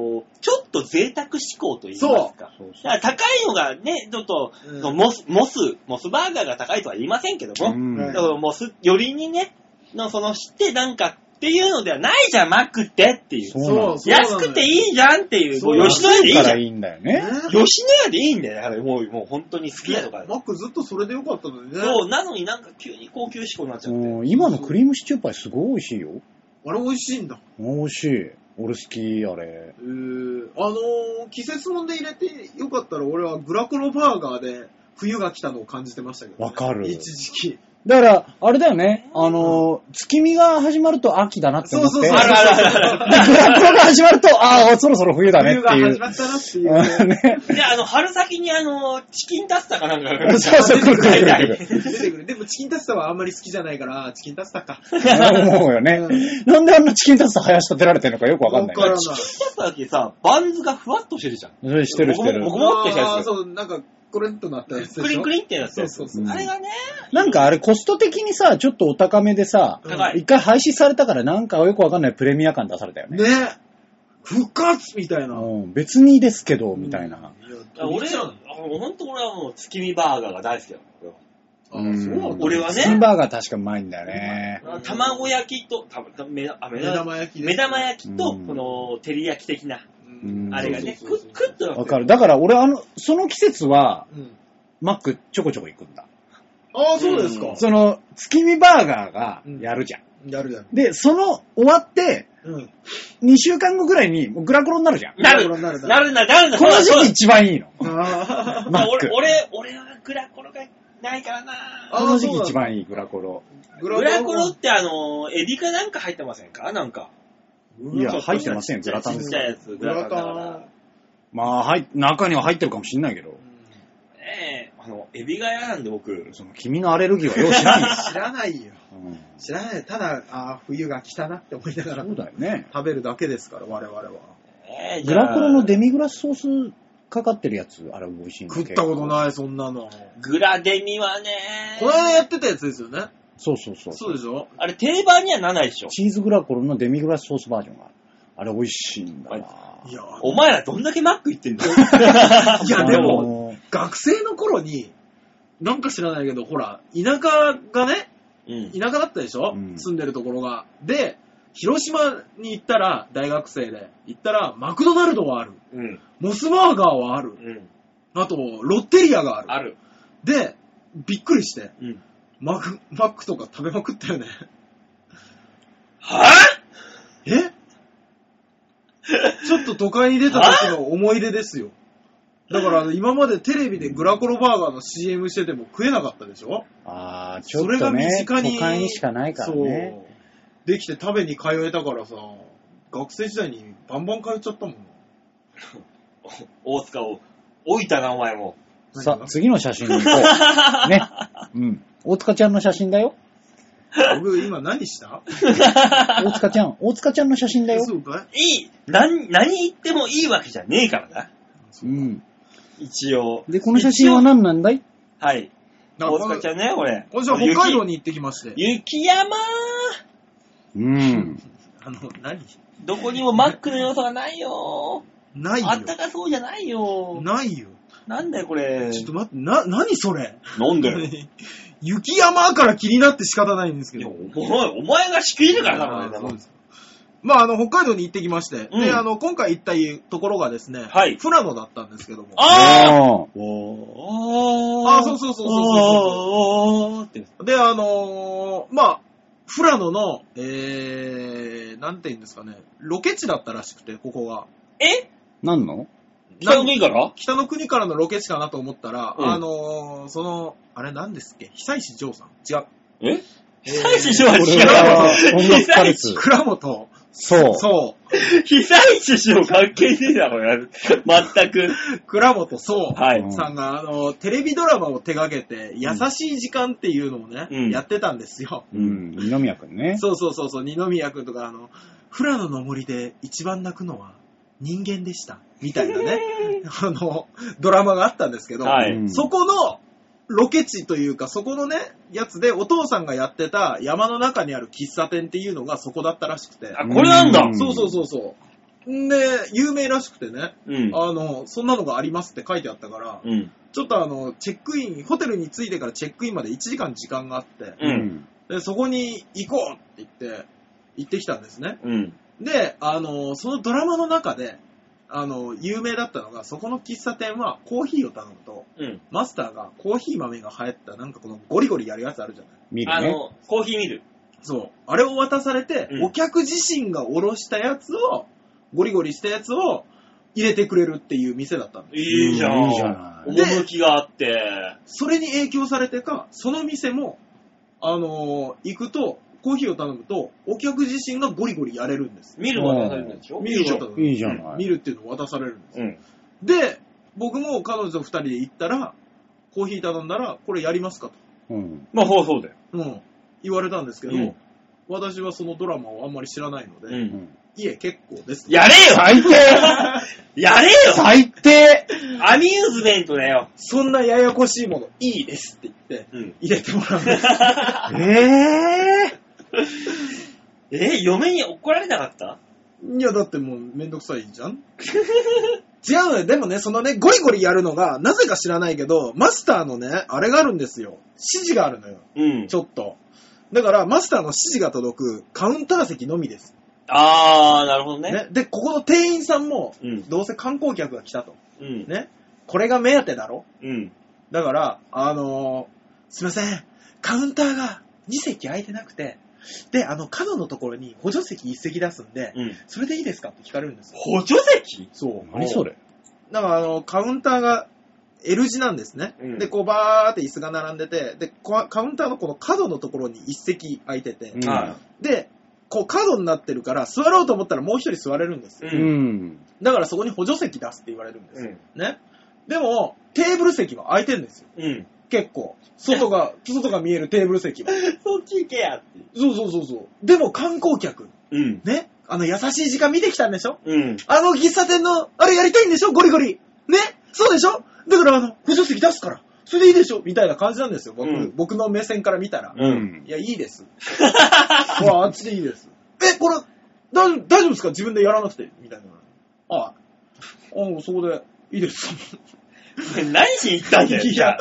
ちょっと贅沢志向と言いますか。
そうそ
だから高いのがね、ちょっと、
うん
そのモス、モス、モスバーガーが高いとは言いませんけど
う。
も、
うん
はい
だからモス、よりにね、のその知ってなんかっていうのではないじゃん、マックってっていう。
そうなの
安くて
い
いいじゃんっていう、
そう
もう吉野家でいいじ
だか
ゃ
ら
ん。
いいんだよね。
吉野家でいいんだよ、だからもう、もう本当に好きやとか。
マックずっとそれでよかったのにね。
そう、なのになんか急に高級志向になっちゃって。
うん今のクリームシチューパイすごい美味しいよ。
あれ美味しいんだ。
美味しい。俺好き、あれ。
えー、あのー季節もんで入れてよかったら俺はグラコロバーガーで冬が来たのを感じてましたけど、
わかる
一時期。
だから、あれだよね。あの、月見が始まると秋だなって
そ
思
う
って。
そう
で
そう。
グ
あるあるあるあ
ラコロが始まると、ああ、そろそろ冬だね
冬
っ
が
ていう
始。まったなっていう、ね。
ね。
で、あの、春先にあの、チキンタツタかなんかが。
そうそう、くるくるくるくる。
出てくる。でもチキンタツタはあんまり好きじゃないから、チキンタツタか。
思うよね。なんであんなチキンタツタ林立てられてるのかよくわかんない
わから
ね。
ない。
チキンタツタだけさ、バンズがふわっとしてるじゃん。
それしてるしてる
僕。もってしたやつ
あーそう、なんか、コレンとなったやつで
ク
し
リ
ょ
ンク。リンってやつ。
そうそうそう。
うん
あれがね、
なんかあれコスト的にさ、ちょっとお高めでさ、
高い。
一回廃止されたからなんかよくわかんないプレミア感出されたよね。
ね復活みたいな。
うん、別にですけど、みたいな。
や
俺、
あー
ほんと俺はもう月見バーガーが大好きだよ。
そうなんだ
俺はね
チキンバーガー確かうまいんだよね。
うん
卵焼きと、たた目あ目
目
玉
玉焼きで
目玉焼きと、
うん
この、照り焼き的な、
うん
うん
あれがね、
そ
く
うそうそうそう
っとなって
わかる。だから俺あの、その季節は、
うん
マックちょこちょこ行くんだ。
ああ、そうですか。
その、月見バーガーがやるじゃん。
やるやる。
で、その終わって、
うん。
2週間後ぐらいにもうグラコロになるじゃん。
なる、
なる
な
な
る
る
なるな、なるな、
この
そうだ
時期一番いいの。
あ
マッ
俺、
ク。
俺、俺はグラコロがないからな
あ
この時期一番いいグラコロ。
ー
グラコロってあの、エビかなんか入ってませんかなんか。
いや
ちょっと
入ってませんグラタン
ち
で
っ
す
ちゃいやつ、グ
グ
ラ
ラ
タンだ
タ
か
ン
ら。
まあ、はい、中には入ってるかもしんないけど、
ねえ、あの、エビが嫌なんで僕。
その君のアレルギーは用しないよ
知らないよ。
うん
知らない。ただ、あー冬が来たなって思いながら
そうだよね。
食べるだけですから、我々は。
えーじ
グ
ゃあ
ラコロのデミグラスソースかかってるやつ、あれ美味しいんだ
食ったこと
い。
ない、そんなの。
グラデミはね
この間やってたやつですよね。
そうそうそう。
そうでしょ
あれ定番にはならないでしょ。
チーズグラコロのデミグラスソースバージョンがある。あれ美味しいんだな。
いや、
お前らどんだけマック行ってん だよ。
いやでも
あのー、
学生の頃に、なんか知らないけど、ほら、田舎がね、
うん。
田舎だったでしょ、
うん
住んでるところが。で、広島に行ったら、大学生で、行ったら、マクドナルドはある。
うん。
モスバーガーはある。
うん。
あと、ロッテリアがある。
ある。
で、びっくりして、
うん。
マク、マックとか食べまくったよね。
はぁ
えちょっと都会に出た時の思い出ですよ。だから、今までテレビでグラコロバーガーの CM してても食えなかったでしょ
あーち
そ
ょっ
れ
と
が
ね
身、
都
近に。
会にしかないからね。
そう。できて食べに通えたからさ、学生時代にバンバン通っちゃったもん。
大塚を置いたな、お前も。
さあ、次の写真に行こ う。ね。うん。大塚ちゃんの写真だよ。
僕今何した
大塚ちゃん、大塚ちゃんの写真だよ。
そうか
い
い
い。何、何言ってもいいわけじゃねえからな。
うん。
一応。
で、この写真は
一応
何なんだい
はい。
だから
大塚ちゃんね、これ。
今週は北海道に行ってきまして。
雪雪山
うん。
あの、何
どこにもマックの要素がないよ
ないよ
あ。ったかそうじゃないよ
ないよ。
なんだよ、これ。
ちょっと待って、な、何それ
なん
雪山から気になって仕方ないんですけ
いや、
ど。
お前、お前が仕切りだからな、こ
あ
れ
ーそうですまあ、あの、北海道に行ってきまして、
うん
で、あの、今回行ったところがですね、
はい
富良野だったんですけども。
あー
あ
おー
あーそうそうそうそうそう
おーおーおーって。
で、あのーまあ、富良野の、えー、なんて言うんですかね、ロケ地だったらしくて、ここが。
え
何の
北の国から
北の国からのロケ地かなと思ったら、
うん
あのーその、あれなんですっけ、久石譲さん違う。
え
えー
久石翔は
こ
違
れは
う。
音楽カルツ。
倉本。
そう。
そ
久石翔関係ねえだろ、全く。
う。倉本そう。
は
う
い
ん。
さんが、あのー、テレビドラマを手掛けて、優しい時間っていうのをね、
うん
やってたんですよ。
うん。二宮くんね。
そうそうそうそう、二宮くんとか、あの、富良野の森で一番泣くのは人間でした。みたい なね、あの、ドラマがあったんですけど、
は
う
い。
ん
そこのロケ地というか、そこのね、やつでお父さんがやってた山の中にある喫茶店っていうのがそこだったらしくて、
あ、これなんだ
うん
そうそうそうそう。んで、有名らしくてね、
うん。
あの、そんなのがありますって書いてあったから、
うん。
ちょっとあの、チェックイン、ホテルに着いてからチェックインまで1時間時間があって、
う。
うんん。
で、そこに行こうって言って、行ってきたんですね。
うん。
で、あの、そのドラマの中で、あの、有名だったのが、そこの喫茶店はコーヒーを頼むと、
うん。
マスターがコーヒー豆が入った、なんかこのゴリゴリやるやつあるじゃない。
見る
あ
ね。
の、コーヒーミル。
そう。あれを渡されて、
うん
お客自身がおろしたやつを、ゴリゴリしたやつを入れてくれるっていう店だったの。
いいじゃん。
いいじゃない
趣があって。
それに影響されてか、その店も、あの行くと、コーヒーを頼むと、お客自身がゴリゴリやれるんです。
見るは出されるんでしょ
見る
じゃ
こと
いいじゃない。
見るっていうのを渡されるんです。
うん。
で、僕も彼女と二人で行ったら、コーヒー頼んだら、これやりますかと、
うん。
まあ、そうそうだよ。
うん、言われたんですけど、
うん
私はそのドラマをあんまり知らないので、
うん
うん
いえ、結構です。
やれよ
最低
やれよ
最低
アミューズメントだよ。
そんなややこしいもの、いいですって言って、
うん。
入れてもらうんです。
ええ
え、嫁に怒られなかった
いや、だってもうめんどくさいじゃん 違うのよ。でもね、そのね、ゴリゴリやるのが、なぜか知らないけど、マスターのね、あれがあるんですよ。指示があるのよ。
うん
ちょっと。だから、マスターの指示が届くカウンター席のみです。
あー、なるほどね。
ね。で、ここの店員さんも、
うん
どうせ観光客が来たと。
うん。
ね。これが目当てだろ
うん。
だから、あのーすいません、カウンターが2席空いてなくて、で、あの、角のところに補助席1席出すんで、
うん。
それでいいですかって聞かれるんですよ。
補助席
そう
何それ
だから、あの、カウンターが L 字なんですね。
うん
で、こう、バーって椅子が並んでて、で、こカウンターのこの角のところに1席空いてて、
うん
は
で、こう角になってるから、座ろうと思ったらもう一人座れるんですよ。
い。
う。ん。
だからそこに補助席出すって言われるんです
う
よ。
ん。
ね。でも、テーブル席は空いてるんですよ。
うん。
結構。外が、 外が見えるテーブル席も。
そっち行けやって。
そうそうそうそう。でも観光客、
うん。
ね、あの優しい時間見てきたんでしょ
うん。
あの喫茶店の、あれやりたいんでしょゴリゴリ。ねそうでしょだからあの、補助席出すから。それでいいでしょみたいな感じなんですよ。僕、
うん
僕の目線から見たら。
う。
うんん
いや、いいです。 ほら、あっちでいいです。え、これ、大丈夫大丈夫ですか自分でやらなくて。みたいな。ああ。あそこで、いいです。
何しに行ったん だよ。
いや、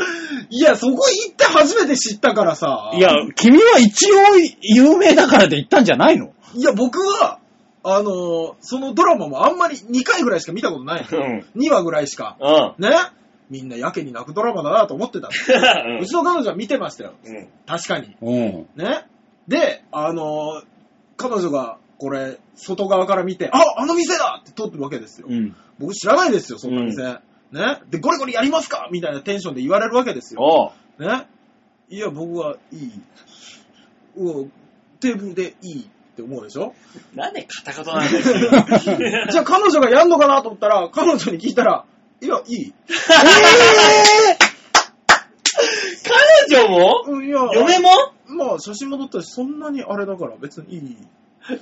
いや、そこ行って初めて知ったからさ。
いや、君は一応有名だからで行ったんじゃないの
いや、僕は、あのーそのドラマもあんまり2回ぐらいしか見たことないの。
うん。
2話ぐらいしか。
うん。
ねみんなやけに泣くドラマだなと思ってたの。うちの彼女は見てましたよ。
うん。
確かに。
うん。
ねで、あのー彼女が、これ、外側から見て、あ、あの店だって撮ってるわけですよ。
うん。
僕知らないですよ、そんな店。ねで、ゴリゴリやりますかみたいなテンションで言われるわけですよ。
おう。
ねいや、僕はいい。うん、テーブルでいいって思うでしょ
なんで片言なん だよ。
じゃあ彼女がやんのかなと思ったら、彼女に聞いたら、いや、いい。
彼女も
うんいや、
嫁も
まあ、写真も撮ったし、そんなにあれだから、別にいい。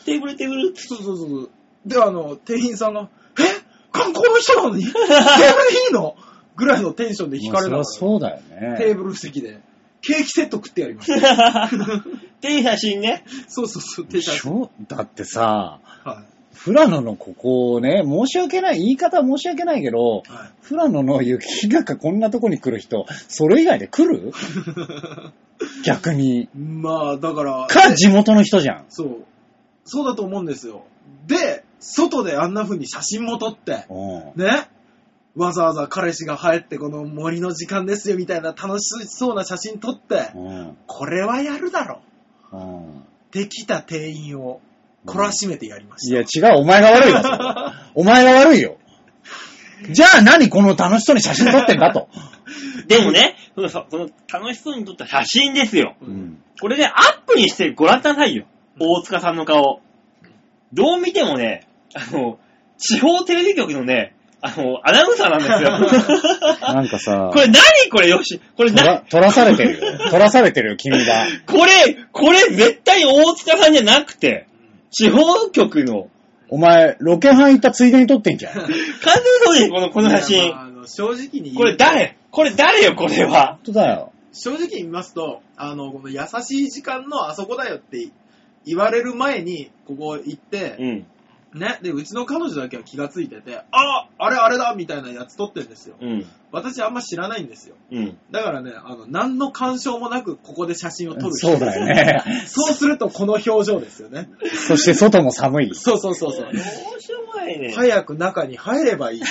テーブルテーブル。
そうそうそう。で、あの、店員さんが、え観光の人なのにテーブルでいいのぐらいのテンションで引
ま
か
あ
れ
そ
た
り
から、
ゃそうだよ
テ
ね。
ーブル席で、ケーキセット食ってやりました。
ていう写真ね。
そうそうそう、
で
店員
し
さん。
ょだってさ、
は
富良野のここをね、申し訳ない、言い方は申し訳ないけど
い。、はい。
富良野の雪がかこんなとこに来る人、それ以外で来る逆に。
まあ、だから、
か、地元の人じゃん。
そう。そうだと思うんですよ。で、外であんな風に写真も撮って、
うん。
ねわざわざ彼氏が入ってこの森の時間ですよみたいな楽しそうな写真撮って、
うん。
これはやるだろ。
うん。
できた店員を懲らしめてやりまし
い
た。
や、違う、お前が悪いわそれは。お前が悪いよ。じゃあ何この楽しそうに写真撮ってんだと。
でもね、そのその楽しそうに撮った写真ですよ。
う
うんん。
これね、アップにしてご覧なさいよ。大塚さんの顔。どう見てもね、あの、地方テレビ局のね、あの、アナウンサーなんですよ。
なんかさ
こ、れ何これよし。これ
撮ら
な、
撮らされてるよ。撮らされてるよ、君が。
これ、これ絶対大塚さんじゃなくて、地方局の、
お前、ロケハン行ったついでに撮ってんじゃん。本
完全にそうですこの、この写
いやま
真。
ああの正直に言うと
これ誰これ誰よ、これは。
当だよ。
正直に言いますと、あの、この優しい時間のあそこだよって言われる前に、ここ行って、
ん。
ね、で、うちの彼女だけは気がついてて、ああれあれだみたいなやつ撮ってるんですよ。
うん。
私あんま知らないんですよ。
うん。
だからね、あの、何の干渉もなく、ここで写真を撮る。
そうだよ。ね。
そうすると、この表情ですよね。
そして外も寒い。
そうそうそうそう。
どうしようもないね。
早く中に入ればいい。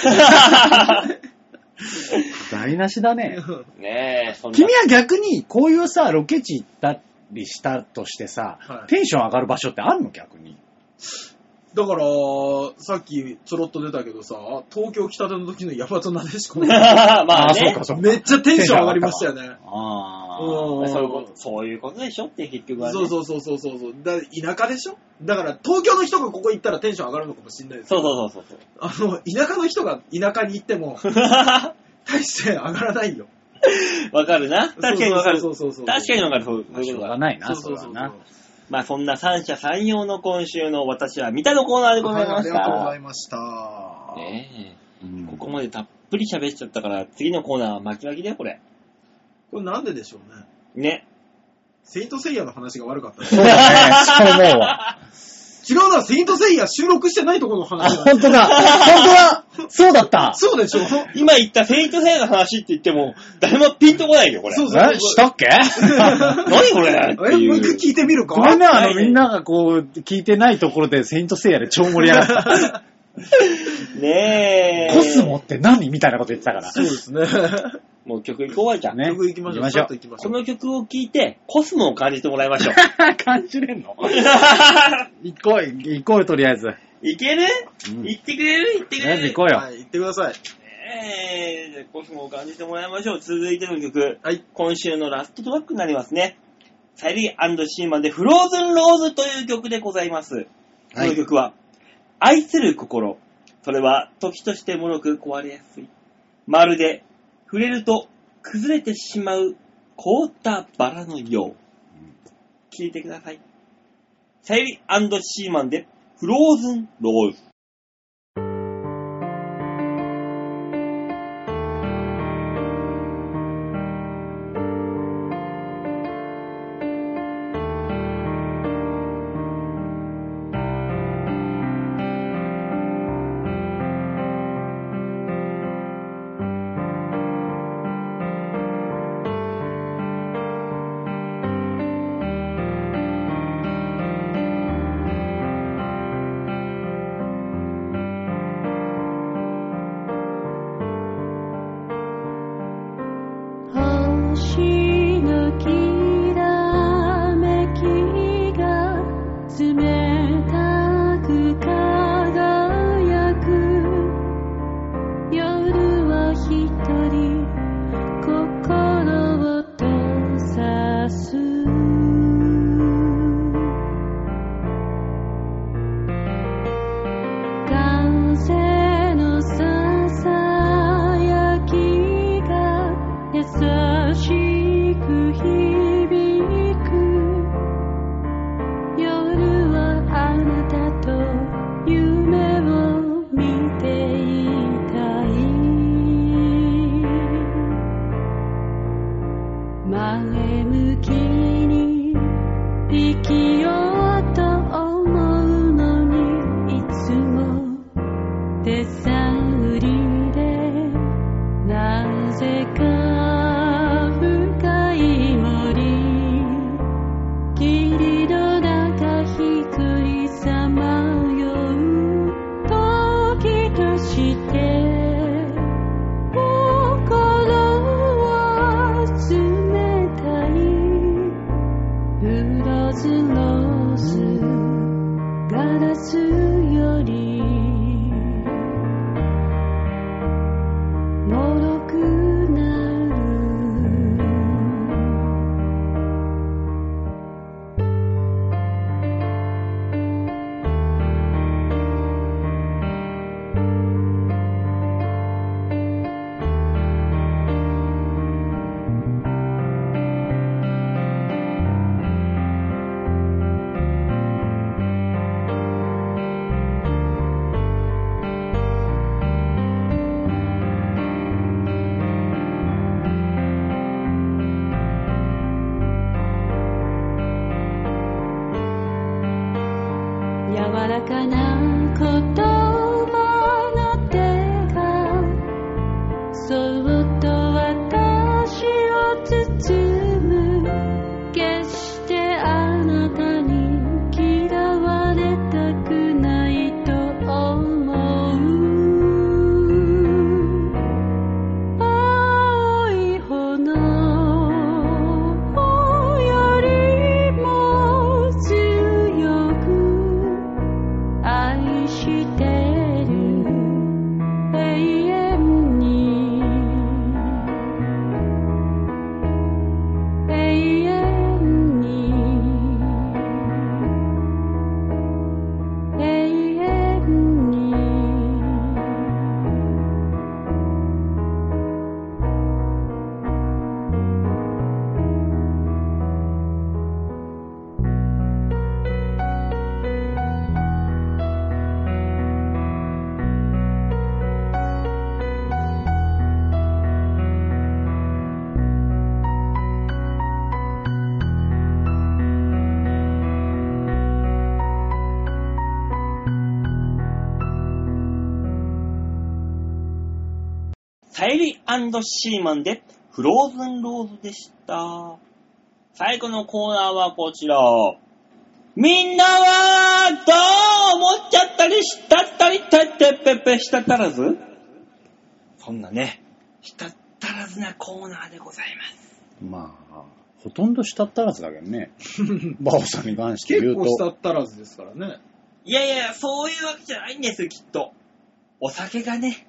台無しだね。
ねえ、そんな
君は逆に、こういうさ、ロケ地行ったりしたとしてさ、
はい
テンション上がる場所ってあんの逆に。
だから、さっきちょろっと出たけどさ、東京来たての時の大和なで しこ
まあ
そう
ね
か、。そうか。
めっちゃテンション上がりましたよね。
あー
うん
そういうこと、そういうことでしょって結局はね。
そうそうそうそうそうそう。だ田舎でしょだから東京の人がここ行ったらテンション上がるのかもしれないですけ
そ
ど
うそうそうそう。
あの、田舎の人が田舎に行っ ても、大して上がらないよ。
わかるな。確かにわかる。
そう
確
そうそうそう
かにわかる。そう
まあ
い
し
う
ょう
こと
が
が。
ないな、
そうそうそう
れはな。
まあそんな三者三様の今週の私は見たのコーナーでござい
はいあ
ま
り
し
がとうござ
た
い。ました。
ね
うん
えここまでたっぷり喋っちゃったから、次のコーナーは巻き巻きだよ、これ。
これなんででしょうね。
ね。
セイントセイヤの話が悪かった。
そうだね、そう思うわ。
違うな、セイントセイヤ収録してないところの
あ、
話だ。
本当だ本当だそうだった
そうでしょ
今言ったセイントセイヤの話って言っても、誰もピンとこないよ、これ。
そう
えし たっけ
何これって
え、もう
い
一回
う。
聞いてみるか
ごめんね、あ
ない
の、
ね
みんながこう、聞いてないところで、セイントセイヤで超盛り上が った。
ねえ。
コスモって何みたいなこと言ってたから。
そうですね。
もう曲行こうわ、じゃあ。
ね
曲行きましょう。
行きまし
ち
ょう
っと行きまし
こ
ょう。
の曲を聴いて、コスモを感じてもらいま しょう。
感じれんの行こう、行こうよ、とりあえず。
いける
うん
行ってくれる行ってく
とりあえ
れ
ず
る
行こうよ
は。い、行ってください。
えー、じゃあコスモを感じてもらいましょう。続いての曲、
はい。
今週のラストトラックになりますね。サイリーシーマンでフローズンローズという曲でございます。この曲は、愛する心。それは時として脆く壊れやすい。まるで触れると崩れてしまう凍ったバラのよう。聞いてください。さゆりシーマンで、フローズンロール。
星のきらめきが冷たく輝く夜は一人心を閉ざす風のささやきが優しく響く夜はあなたと夢を見ていたい前向きに生きようと思うのにいつも手探りでなぜか深い森霧の中一人さまよう時として心は冷たいブロズローズガラスより脆くなる柔らかな言葉の手がそっと私を包む決してあなたに嫌われたくないと思う青い炎よりも強く愛してる永遠に永遠に永遠に
さゆりシーマンで、フローズンローズでした。最後のコーナーはこちら。みんなは、どう思っちゃったりしたったりたってぺぺしたったらずそんなね、したったらずなコーナーでございます。
まあ、ほとんどしたったらずだけどね。バオさんに関して言
結
うと。
構したったらずですからね。
いやいや、そういうわけじゃないんですよ、きっと。お酒がね、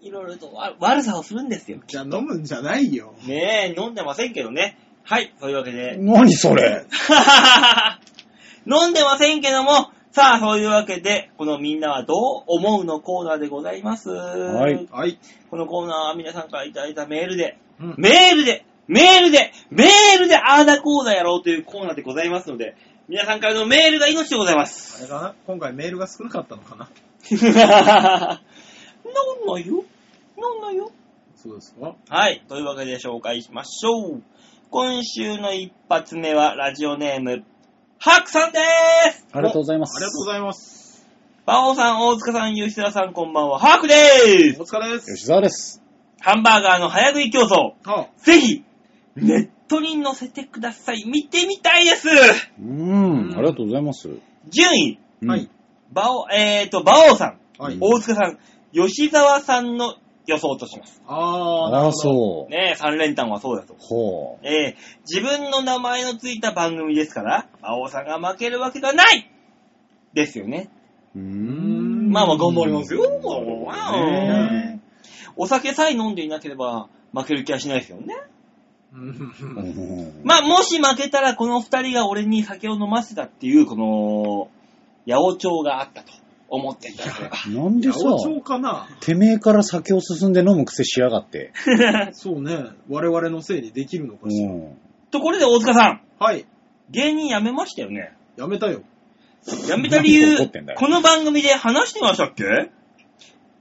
いろいろとわ悪さをするんですよ。
じゃあ飲むんじゃないよ。
ねえ、飲んでませんけどね。はい、そういうわけで、
何それ
飲んでませんけども、さあ、そういうわけで、このみんなはどう思うのコーナーでございます。
い
はい。
このコーナーは皆さんからいただいたメールで、
うん
メールで、メールで、メールであーだこうだやろうというコーナーでございますので、皆さんからのメールが命でございます。
あれかな今回メールが少なかったのかな
なんなよなんなよ
そうですか
はい。というわけで紹介しましょう。今週の一発目は、ラジオネーム、ハクさんでーす
ありがとうございます。
ありがとうございます。
バオさん、大塚さん、吉田さん、こんばんは。ハクでーす
お疲れです。
吉沢です。
ハンバーガーの早食い競争、
あ、
ぜひ、ネットに載せてください。見てみたいです
うーん、ありがとうございます。
順位、
うん
はい。。
バオ、えーと、バオさん、
はい。
大塚さん、吉沢さんの予想とします。
あー、なるほ
ああ、
ど。
そう。
ねえ、三連単はそうだと。
ほう。
えー、自分の名前のついた番組ですから、馬王さんが負けるわけがないですよね。
うー
うん
ん。
まあまあ頑張りますよ。
ね
お酒さえ飲んでいなければ負ける気はしないですよね。
う
うん
ん
まあ、もし負けたらこの二人が俺に酒を飲ませたっていう、この、八百長があったと思っていただければ。
なんでさ、
八百長かな
てめえから酒を進んで飲む癖しやがって。
そうね。我々のせいにできるのかし
う
ら。
ん。
ところで大塚さん、
はい。
芸人辞めましたよね。
やめたよ。
やめた理由
何怒ってんだ、よ
この番組で話してましたっけ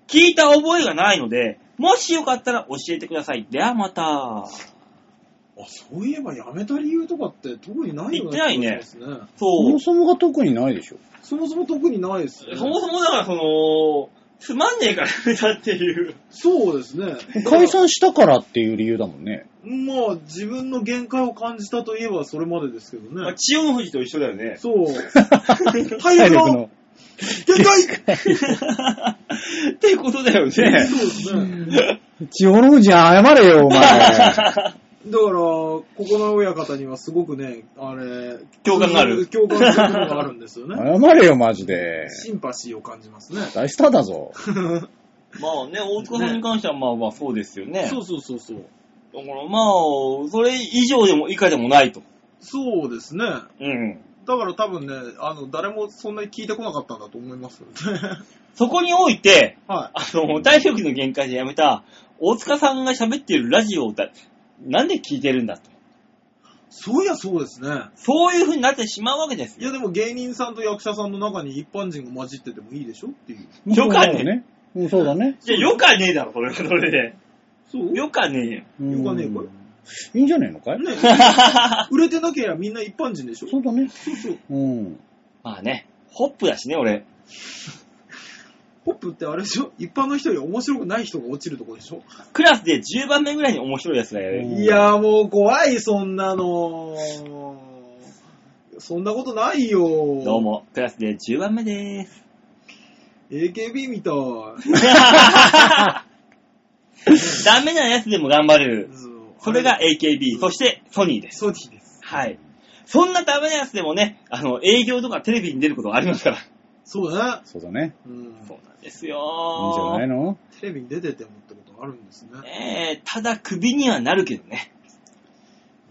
聞いた覚えがないので、もしよかったら教えてください。ではまた。
あ、そういえばやめた理由とかって特にないよ
言ってないね
気がしますね。
そ
そう
も。そもが特にないでしょ。
そもそも特にないですね。
そもそもだからその、つまんねえからやめたっていう。
そうですね。
解散したからっていう理由だもんね。
まあ、自分の限界を感じたといえばそれまでですけど
まあ
ね。
千代の富士と一緒だよね。
そう。体力の限 界
っていうことだよね。
そうですね。
地方のじゃ謝れよ、お前。
だから、ここの親方にはすごくね、あれ、
共感がある
共感するものがあるんですよね。
謝れよ、マジで。
シンパシーを感じますね。
大スター だぞ。
まあね、大塚さんに関してはまあまあそうですよね。
そうそうそうそう。
だからまあ、それ以上でも以下でもないと。
そうですね。だ
うん。
から多分ね、あの、誰もそんなに聞いてこなかったんだと思います。
そこにおいて、
は
あの、体力の限界でやめた、大塚さんが喋っているラジオだ、なんで聞いてるんだと。
い。 そういやそうですね。
そういう風になってしまうわけです
い
よ。
やでも芸人さんと役者さんの中に一般人が混じっててもいいでしょっていう。
よかね
ね。うんそうだね。
いや、よかねえだろ、それはそれで。
そう
よかねえよ。
うん
よかねえこれ
いいんじゃねえのかい
ね、売れてなければみんな一般人でしょ
そうだね。
そうそう。
うん。
まあね、ホップだしね、俺。
ポップってあれでしょ一般の人より面白くない人が落ちるとこでしょ
クラスで10番目ぐらいに面白いやつだよ
う
ね。
ん
いやーもう怖い、そんなの。そんなことないよ。
どう。も、クラスで10番目でー す。
AKB みたい。
ダメなやつでも頑張れる。それが
あ
AKB、そしてソニーです。
ソニーです。
はい。そんなダメなやつでもね、あの、営業とかテレビに出ることがありますから。
そうだね。
そうだね。
うん。
そうなんですよ
いいんじゃないの
テレビに出ててもってことあるんですね。
ええただクビにはなるけどね。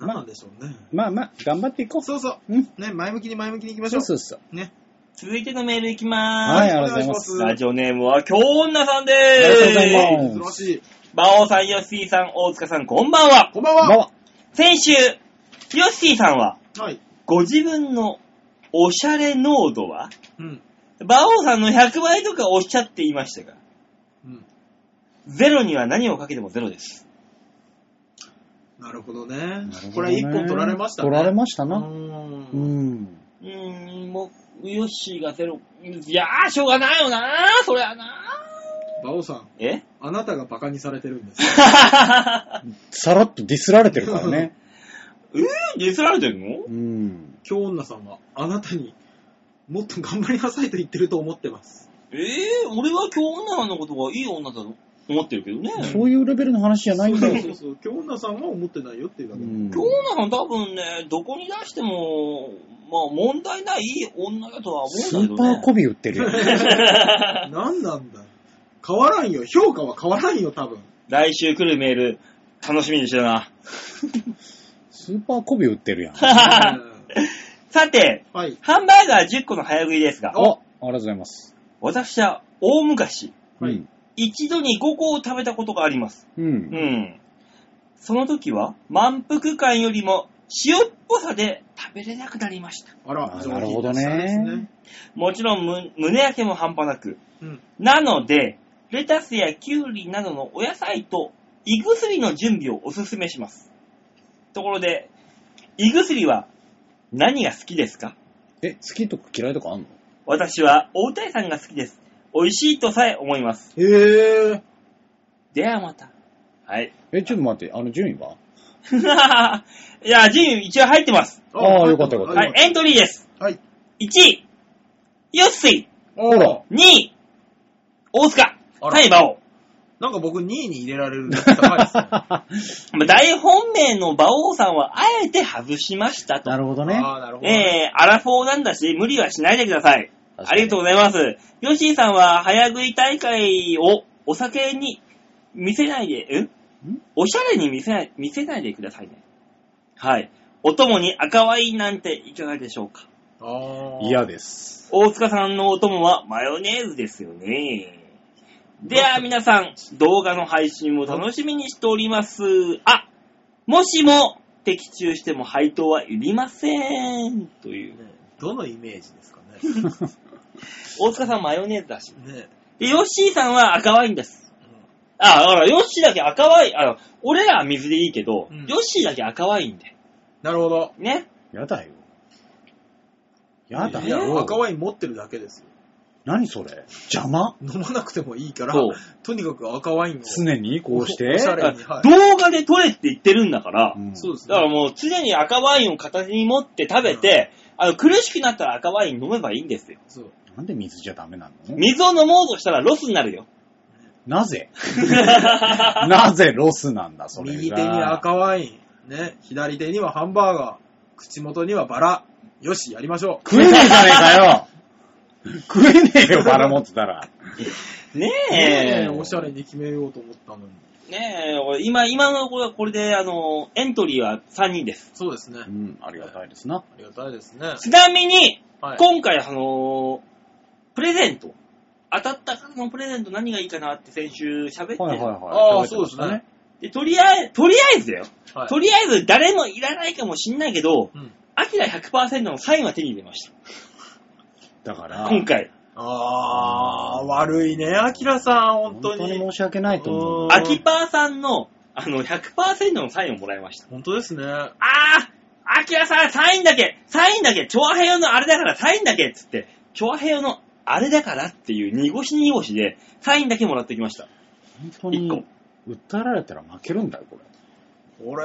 何なんでしょうね。
まあまあ、頑張っていこう。。
そうそう
うん。
う。ね、前向きに前向きに行きまし
そ
ょう。
うそうそう。
ね。
続いてのメールいきまーす。
はい、ありがとうございます。
ラジオネームは、京女さんでーす。
ありがとうございます
珍しい。
馬王さん、ヨッシーさん、大塚さん、こんばんは。
こんばん
こんばん
は。
は。
先週、ヨッシーさんは、
はい。
ご自分のおしゃれ濃度は、
うん。
馬王さんの100倍とかおっしゃっていましたが、
うん。
ゼロには何をかけてもゼロです。
なるほどね。これ一本取られましたね。
取られました
う。
な。うんん。
うーん、もう、ヨッシーがゼロ。いやー、しょうがないよなー、そりゃな
バオさん、
ー。え
あなたがバカにされてるん です。
さらっとディスられてるから ね。
えー、ディスられてんの
うん。
今日女さんはあなたにもっと頑張りなさいと言ってると思ってます。
えー、俺は今日女のことがいい女だと思ってるけどね。今
そういうレベルの話じゃないん
そ
だ
う
よ。
そうそう。今日女さんは思ってないよっていうだ
う
け。
ん。
日女の多分ね、どこに出しても、まあ問題ないいい女だとは思
ス
うんだけ
ーパー
ど
コ
ね。
ビ売ってるよ。
何なんだよ変わらんよ。評価は変わらんよ、多 分。
来週来るメール、楽しみにしてる な。
スーパーコビ売っ てるやん。あ、
さて、
うんはい。
ハンバーガー10個の早食いですが
あり、がとうございます。
私は大昔、
はい
うん。
一度に5個を食べたことがあります。
う。
うんん。その時は満腹感よりも塩っぽさで食べれなくなりました。
あら、
あ
上
なる
品
ほど
な
ね
下ですね。
もちろんむ胸焼けも半端なく。
うん。
なので、レタスやキュウリなどのお野菜と胃薬の準備をおすすめします。ところで、胃薬は何が好きですか
え、好きとか嫌いとかあんの
私は大谷さんが好きです。美味しいとさえ思います。
へえ。
ではまた。はい。
え、ちょっと待って、あの、順位はい
や、ジン一応入ってます。
あーよかったよかった
はい、。エントリーです。
はい。
1位、ヨッスイ。
ほら。
2位、大塚。
あら
3位、馬王。
なんか僕2位に入れられるの高いです ね。
まあ大本命の馬王さんはあえて外しましたと。
なるほどね。
ああ、なるほど。
えー、アラフォーなんだし、無理はしないでください。
確
あ
かに
りがとうございます。ヨッシーさんは早食い大会をお酒に見せないで、んおしゃれに見せない、見せないでくださいね。はい。お供に赤ワインなんていかがでしょうか
ああ。
嫌です。
大塚さんのお供はマヨネーズですよね。では皆さん、動画の配信を楽しみにしております。あ、もしも的中しても配当はいりません。という。
ねどのイメージですかね。
大塚さんマヨネーズだし。
ね
で、ヨッシーさんは赤ワインです。あ、だからヨッシーだけ赤ワイン、あの、俺らは水でいいけど、
うん
ヨッシーだけ赤ワインで。
なるほど。
ね。
やだよ。やだ
いや、
よ。
赤ワイン持ってるだけですよ。
何それ邪魔
飲まなくてもいいから、
そう。
とにかく赤ワインを。
常にこうして。
おし
だ
ゃれ
から
には
動
い
画で撮れって言ってるんだから、
うん
そうです
だから
ね。
もう常に赤ワインを片手に持って食べて、あの苦しくなったら赤ワイン飲めばいいんですよ。
そう。
なんで水じゃダメなの
水を飲もうとしたらロスになるよ。
なぜなぜロスなんだ、それが。
右手に赤ワイン、ね、左手にはハンバーガー、口元にはバラ。よし、やりましょ
食えねえじゃねえかよ食えね えよ、バラ持ってたら。
ね
う。
え。
ねおしゃれに決めようと思ったのに。
ねえ、俺今、今のところはこれで、あの、エントリーは3人です。
そうですね。
う
あ
ん、ありがたいですな。
りがたいですね。
ちなみに、
はい。
今回、あの、プレゼント。当たった方のプレゼント何がいいかなって先週喋って、
はいはいはい。
ああ
食べてました
そうですね。
で、とりあえず、とりあえずだよ。
はい
とりあえず誰もいらないかもしんないけど、
うん
アキラ100%のサインは手に入れました。
だから、
今回。
あー、悪いね、アキラさん、本
本当
当
に
に。
申し訳ないと思
う
う。
ん
アキパーさんの、あの、100%のサインをもらいました。
本当ですね。
あーアキラさん、サインだけサインだけチョアヘヨのあれだからサインだけっつって、チョアヘヨのあれだからっていう濁し濁しで、サインだけもらってきました。
本当
一
に
個、
訴えられたら負けるんだよ、これ。
こ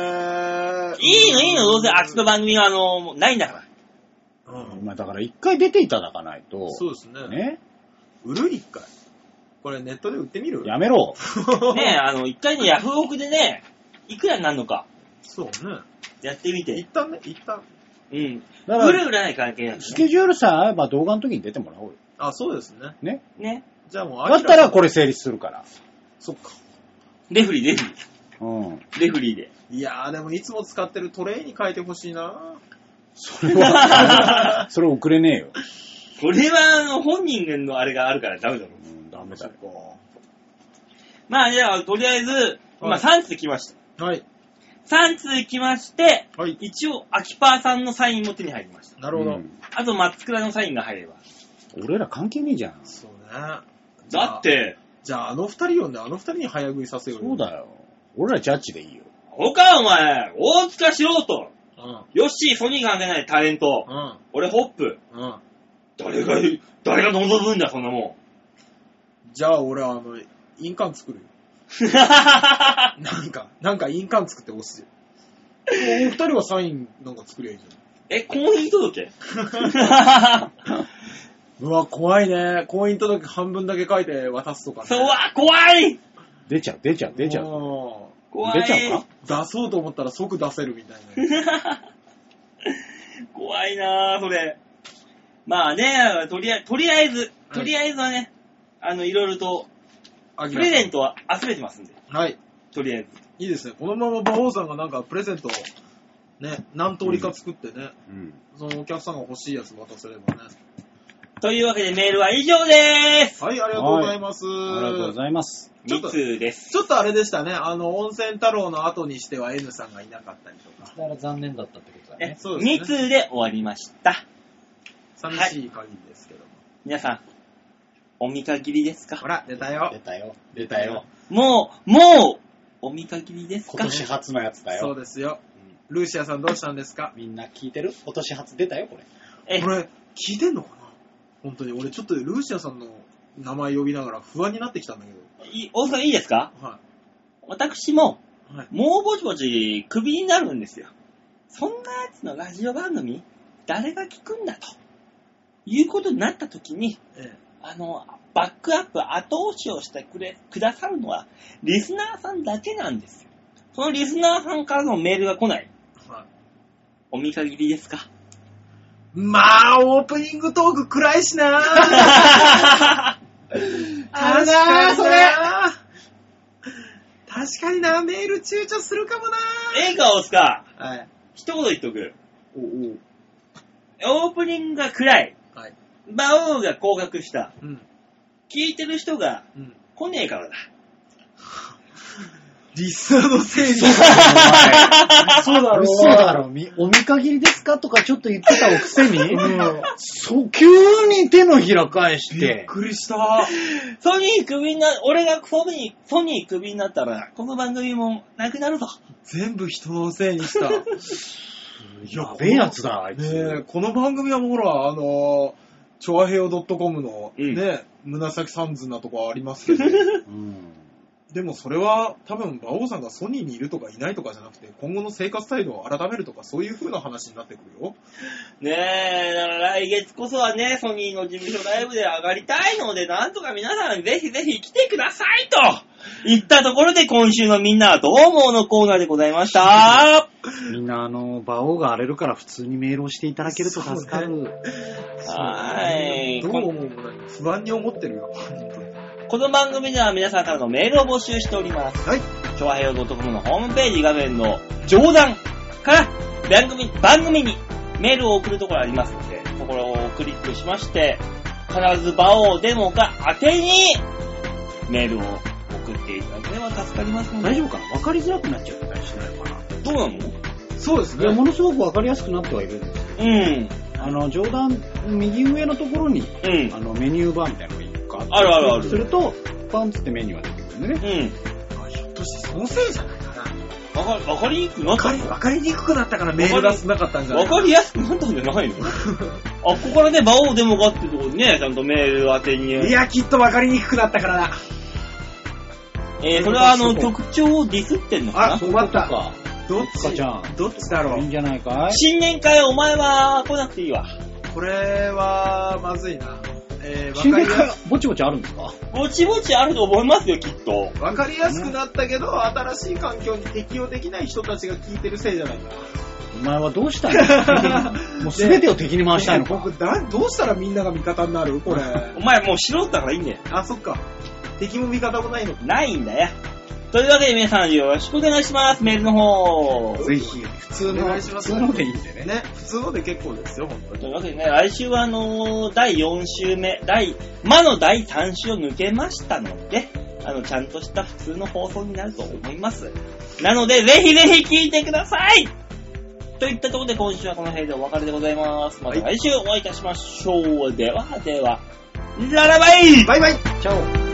れ
いいのいいの、どうせあっちの番組はあの、もうないんだから。
うん。
まあだから一回出ていただかないと、
そうですね。
ね。売
売る一回。これネットで売ってみ る
やめろ。
ねえ、あの、一回のヤフオクでね、いくらになるのか、
そうね。
やってみて
一。旦ね、一旦。
うん。
だか
売る
ら、
売らない関係なん
ス
だ
ケ
ね。
ジュールさえ合えば動画の時に出てもらおうよ。
あ、そうですね。
ね。
ね。
じゃあもう、
だったらこ
れ。
れ成立するから。
そっか。
レフリー、レフリ
うん。
ー。レフリーで。
いやー、でもいつも使ってるトレイに変えてほしいな
それは、それ送れねえよ。
これは、あの、本人のあれがあるからダメだろ。
うん、ダメだよ。
まあ、じゃあ、とりあえず、今
はい
3通来ました。
はい。
3通来まして、
はい。
一応、アキパーさんのサインも手に入りました。
なるほど。
うん
あと、松倉のサインが入れば。
俺ら関係ねえじゃん。そ
そうね。じゃあ
だっ。て、
じゃあ、あの二人呼んで、あの二人に早食いさせようよ
うだよ。俺らジャッジでいいよ。
他お前、大塚素人、
うん。
ヨッシー、ソニー関係ないタレント、
うん。
俺、ホップ。
うん。
誰が、誰が望むんだ、そんなもん。
じゃあ、俺、あの、印鑑作るよ。なんか、なんか印鑑作って押すよ。お二人はサインなんか作りゃいいじ
え、婚姻 届
ゃん。うわ、怖いね。婚姻届半分だけ書いて渡すとかね。
そうわ、怖い
出ちゃう、出ちゃう、出ちゃう。
う
怖い。
出ちゃうか
ん。出そうと思ったら即出せるみたいな。
怖いなぁ、それ。まあね、とりあえず、とりあえず、とりあえずはね、あの、いろいろと、
あ
プレゼントは集めてますんで、
はい。
とりあえず。
いいですね。このまま馬王さんがなんかプレゼントを、ね、何通りか作ってね、
うん。
そのお客さんが欲しいやつ渡せればね。
というわけでメールは以上でーす
はい、ありがとうございます。
ありがとうございます。
ちょっと
2通です。
ちょっとあれでしたね。あの、温泉太郎の後にしては N さんがいなかったりとか。
だから残念だったってことだ
ね
ね。
そうですね
2通で終わりました。
寂しい限りですけども。
皆さん、お見限りです
ほ、
から
出たよ
出。たよ。出たよ。
もう、もう、お見限りです
今
か
年初のやつだ
そう
よ。
ですよ。
うん
ルーシアさんどうしたんですか
みんな聞いてる今年初出たよ、これ。
え、
これ、聞いてんのかな本当に。俺ちょっとルーシアさんの名前呼びながら不安になってきたんだけど。
い大塚いいですか
は
私も、
い。はい。
もうぼちぼちクビになるんですよ。そんなやつのラジオ番組、誰が聞くんだと。いうことになった時に、
え
あの、バックアップ、後押しをしてくれ、くださるのは、リスナーさんだけなんですよ。そのリスナーさんからのメールが来ない。
え。はい。
お見限りですか
まあ、オープニングトーク暗いしな
あるなそれ
確かにな、メール躊躇するかもな
ええか、オスカ
はい。
一言言っとく。
おう
オープニングが暗い。
おう。はい。
馬王が降格した。
うん。
聞いてる人が
うん。
来ねえからだ。
リスナーのせい に。
そうだろ。嘘だろ。みお見限りですかとかちょっと言ってたおくせに、そう、急に手のひら返し、
びってくりした。
ソニークビにな、俺がソニー、ソニークビになったら、この番組もなくなるぞ。
全部人のせいにした。ね
やべえやつだ、あい
え、
つ。
この番組はもうほら、あのー、チョアヘオ .com の
うん
ね、紫三寸なとこありますけど、
うん
でもそれは多分、馬王さんがソニーにいるとかいないとかじゃなくて、今後の生活態度を改めるとか、そういう風な話になってくるよ。
ねえ、だから来月こそはね、ソニーの事務所ライブで上がりたいので、なんとか皆さんぜひぜひ来てくださいと言ったところで今週のみんなはどう思うのコーナーでございました。
みんな、あの、馬王が荒れるから普通にメールをしていただけると助か
そう
る。
はーい
どう思うもない不安に思ってるよ。
この番組では皆さんからのメールを募集しております。
はい。
チョアヘヨドットコムのホームページ画面の上段から番組、番組にメールを送るところありますので、そころをクリックしまして、必ず場をデモか宛てにメールを送っていただければ助かりますので。
大丈夫かな分かりづらくなっちゃったりしないのかな
どうなの
そうです
いや、
ね。
ものすごく分かりやすくなってはいるんですよ。
うん。
あの、上段、右上のところに、
うん
あ。の、メニューバーみたいなのが一個あって
あるあるあ
す
る。
ると、パンツってメニューが出てくるんでね。
うん。
ひょっとしてそのせいじゃないかな。
わかわかりにくくなっ
わ
た
かり、わかりにくくなったからメールが少なかったんじゃな
わ
い
かりやすくなったんじゃ ないのあ、ここからね、場をデモかってところでね、ちゃんとメール宛てに。
いや、きっとわかりにくくなったからだ。
えー、それはあの、
そうそう
局長をディスってんのか
あ
そういうことか。
どっ
そっかじゃ
ち
ん
どっちだろ
いいん
う
じゃないか
ない新年会お前は来なくていいわ。
これは、まずいな。えー、
新
わか
年
り
会
やす、
ぼちぼちあるんですか
ぼちぼちあると思いますよ、きっと。
わかりやすくなったけど、新しい環境に適応できない人たちが聞いてるせいじゃないか
お前はどうしたいのもう全てを敵に
な。
回したいの
ね
か
僕だ、どうしたらみんなが味方になるこれ。
お前もう素人だからいいんだよ。
あ、そっか。敵も味方もないのか。
ないんだよ。というわけで皆さんよろしくお願いします、メールの方。
ぜひ、普
通の
お願いします普通のでいいんでね。
ね、普通ので結構ですよ、本当
と
に。
いうわけでね、来週はあのー第4週目、第、魔の第3週を抜けましたので、あの、ちゃんとした普通の放送になると思います。なので、ぜひぜひ聞いてくださいといったところで今週はこの辺でお別れでございます。また来週お会いいたしましょう。ではでは、ララバイ
バイバイ
チャオ。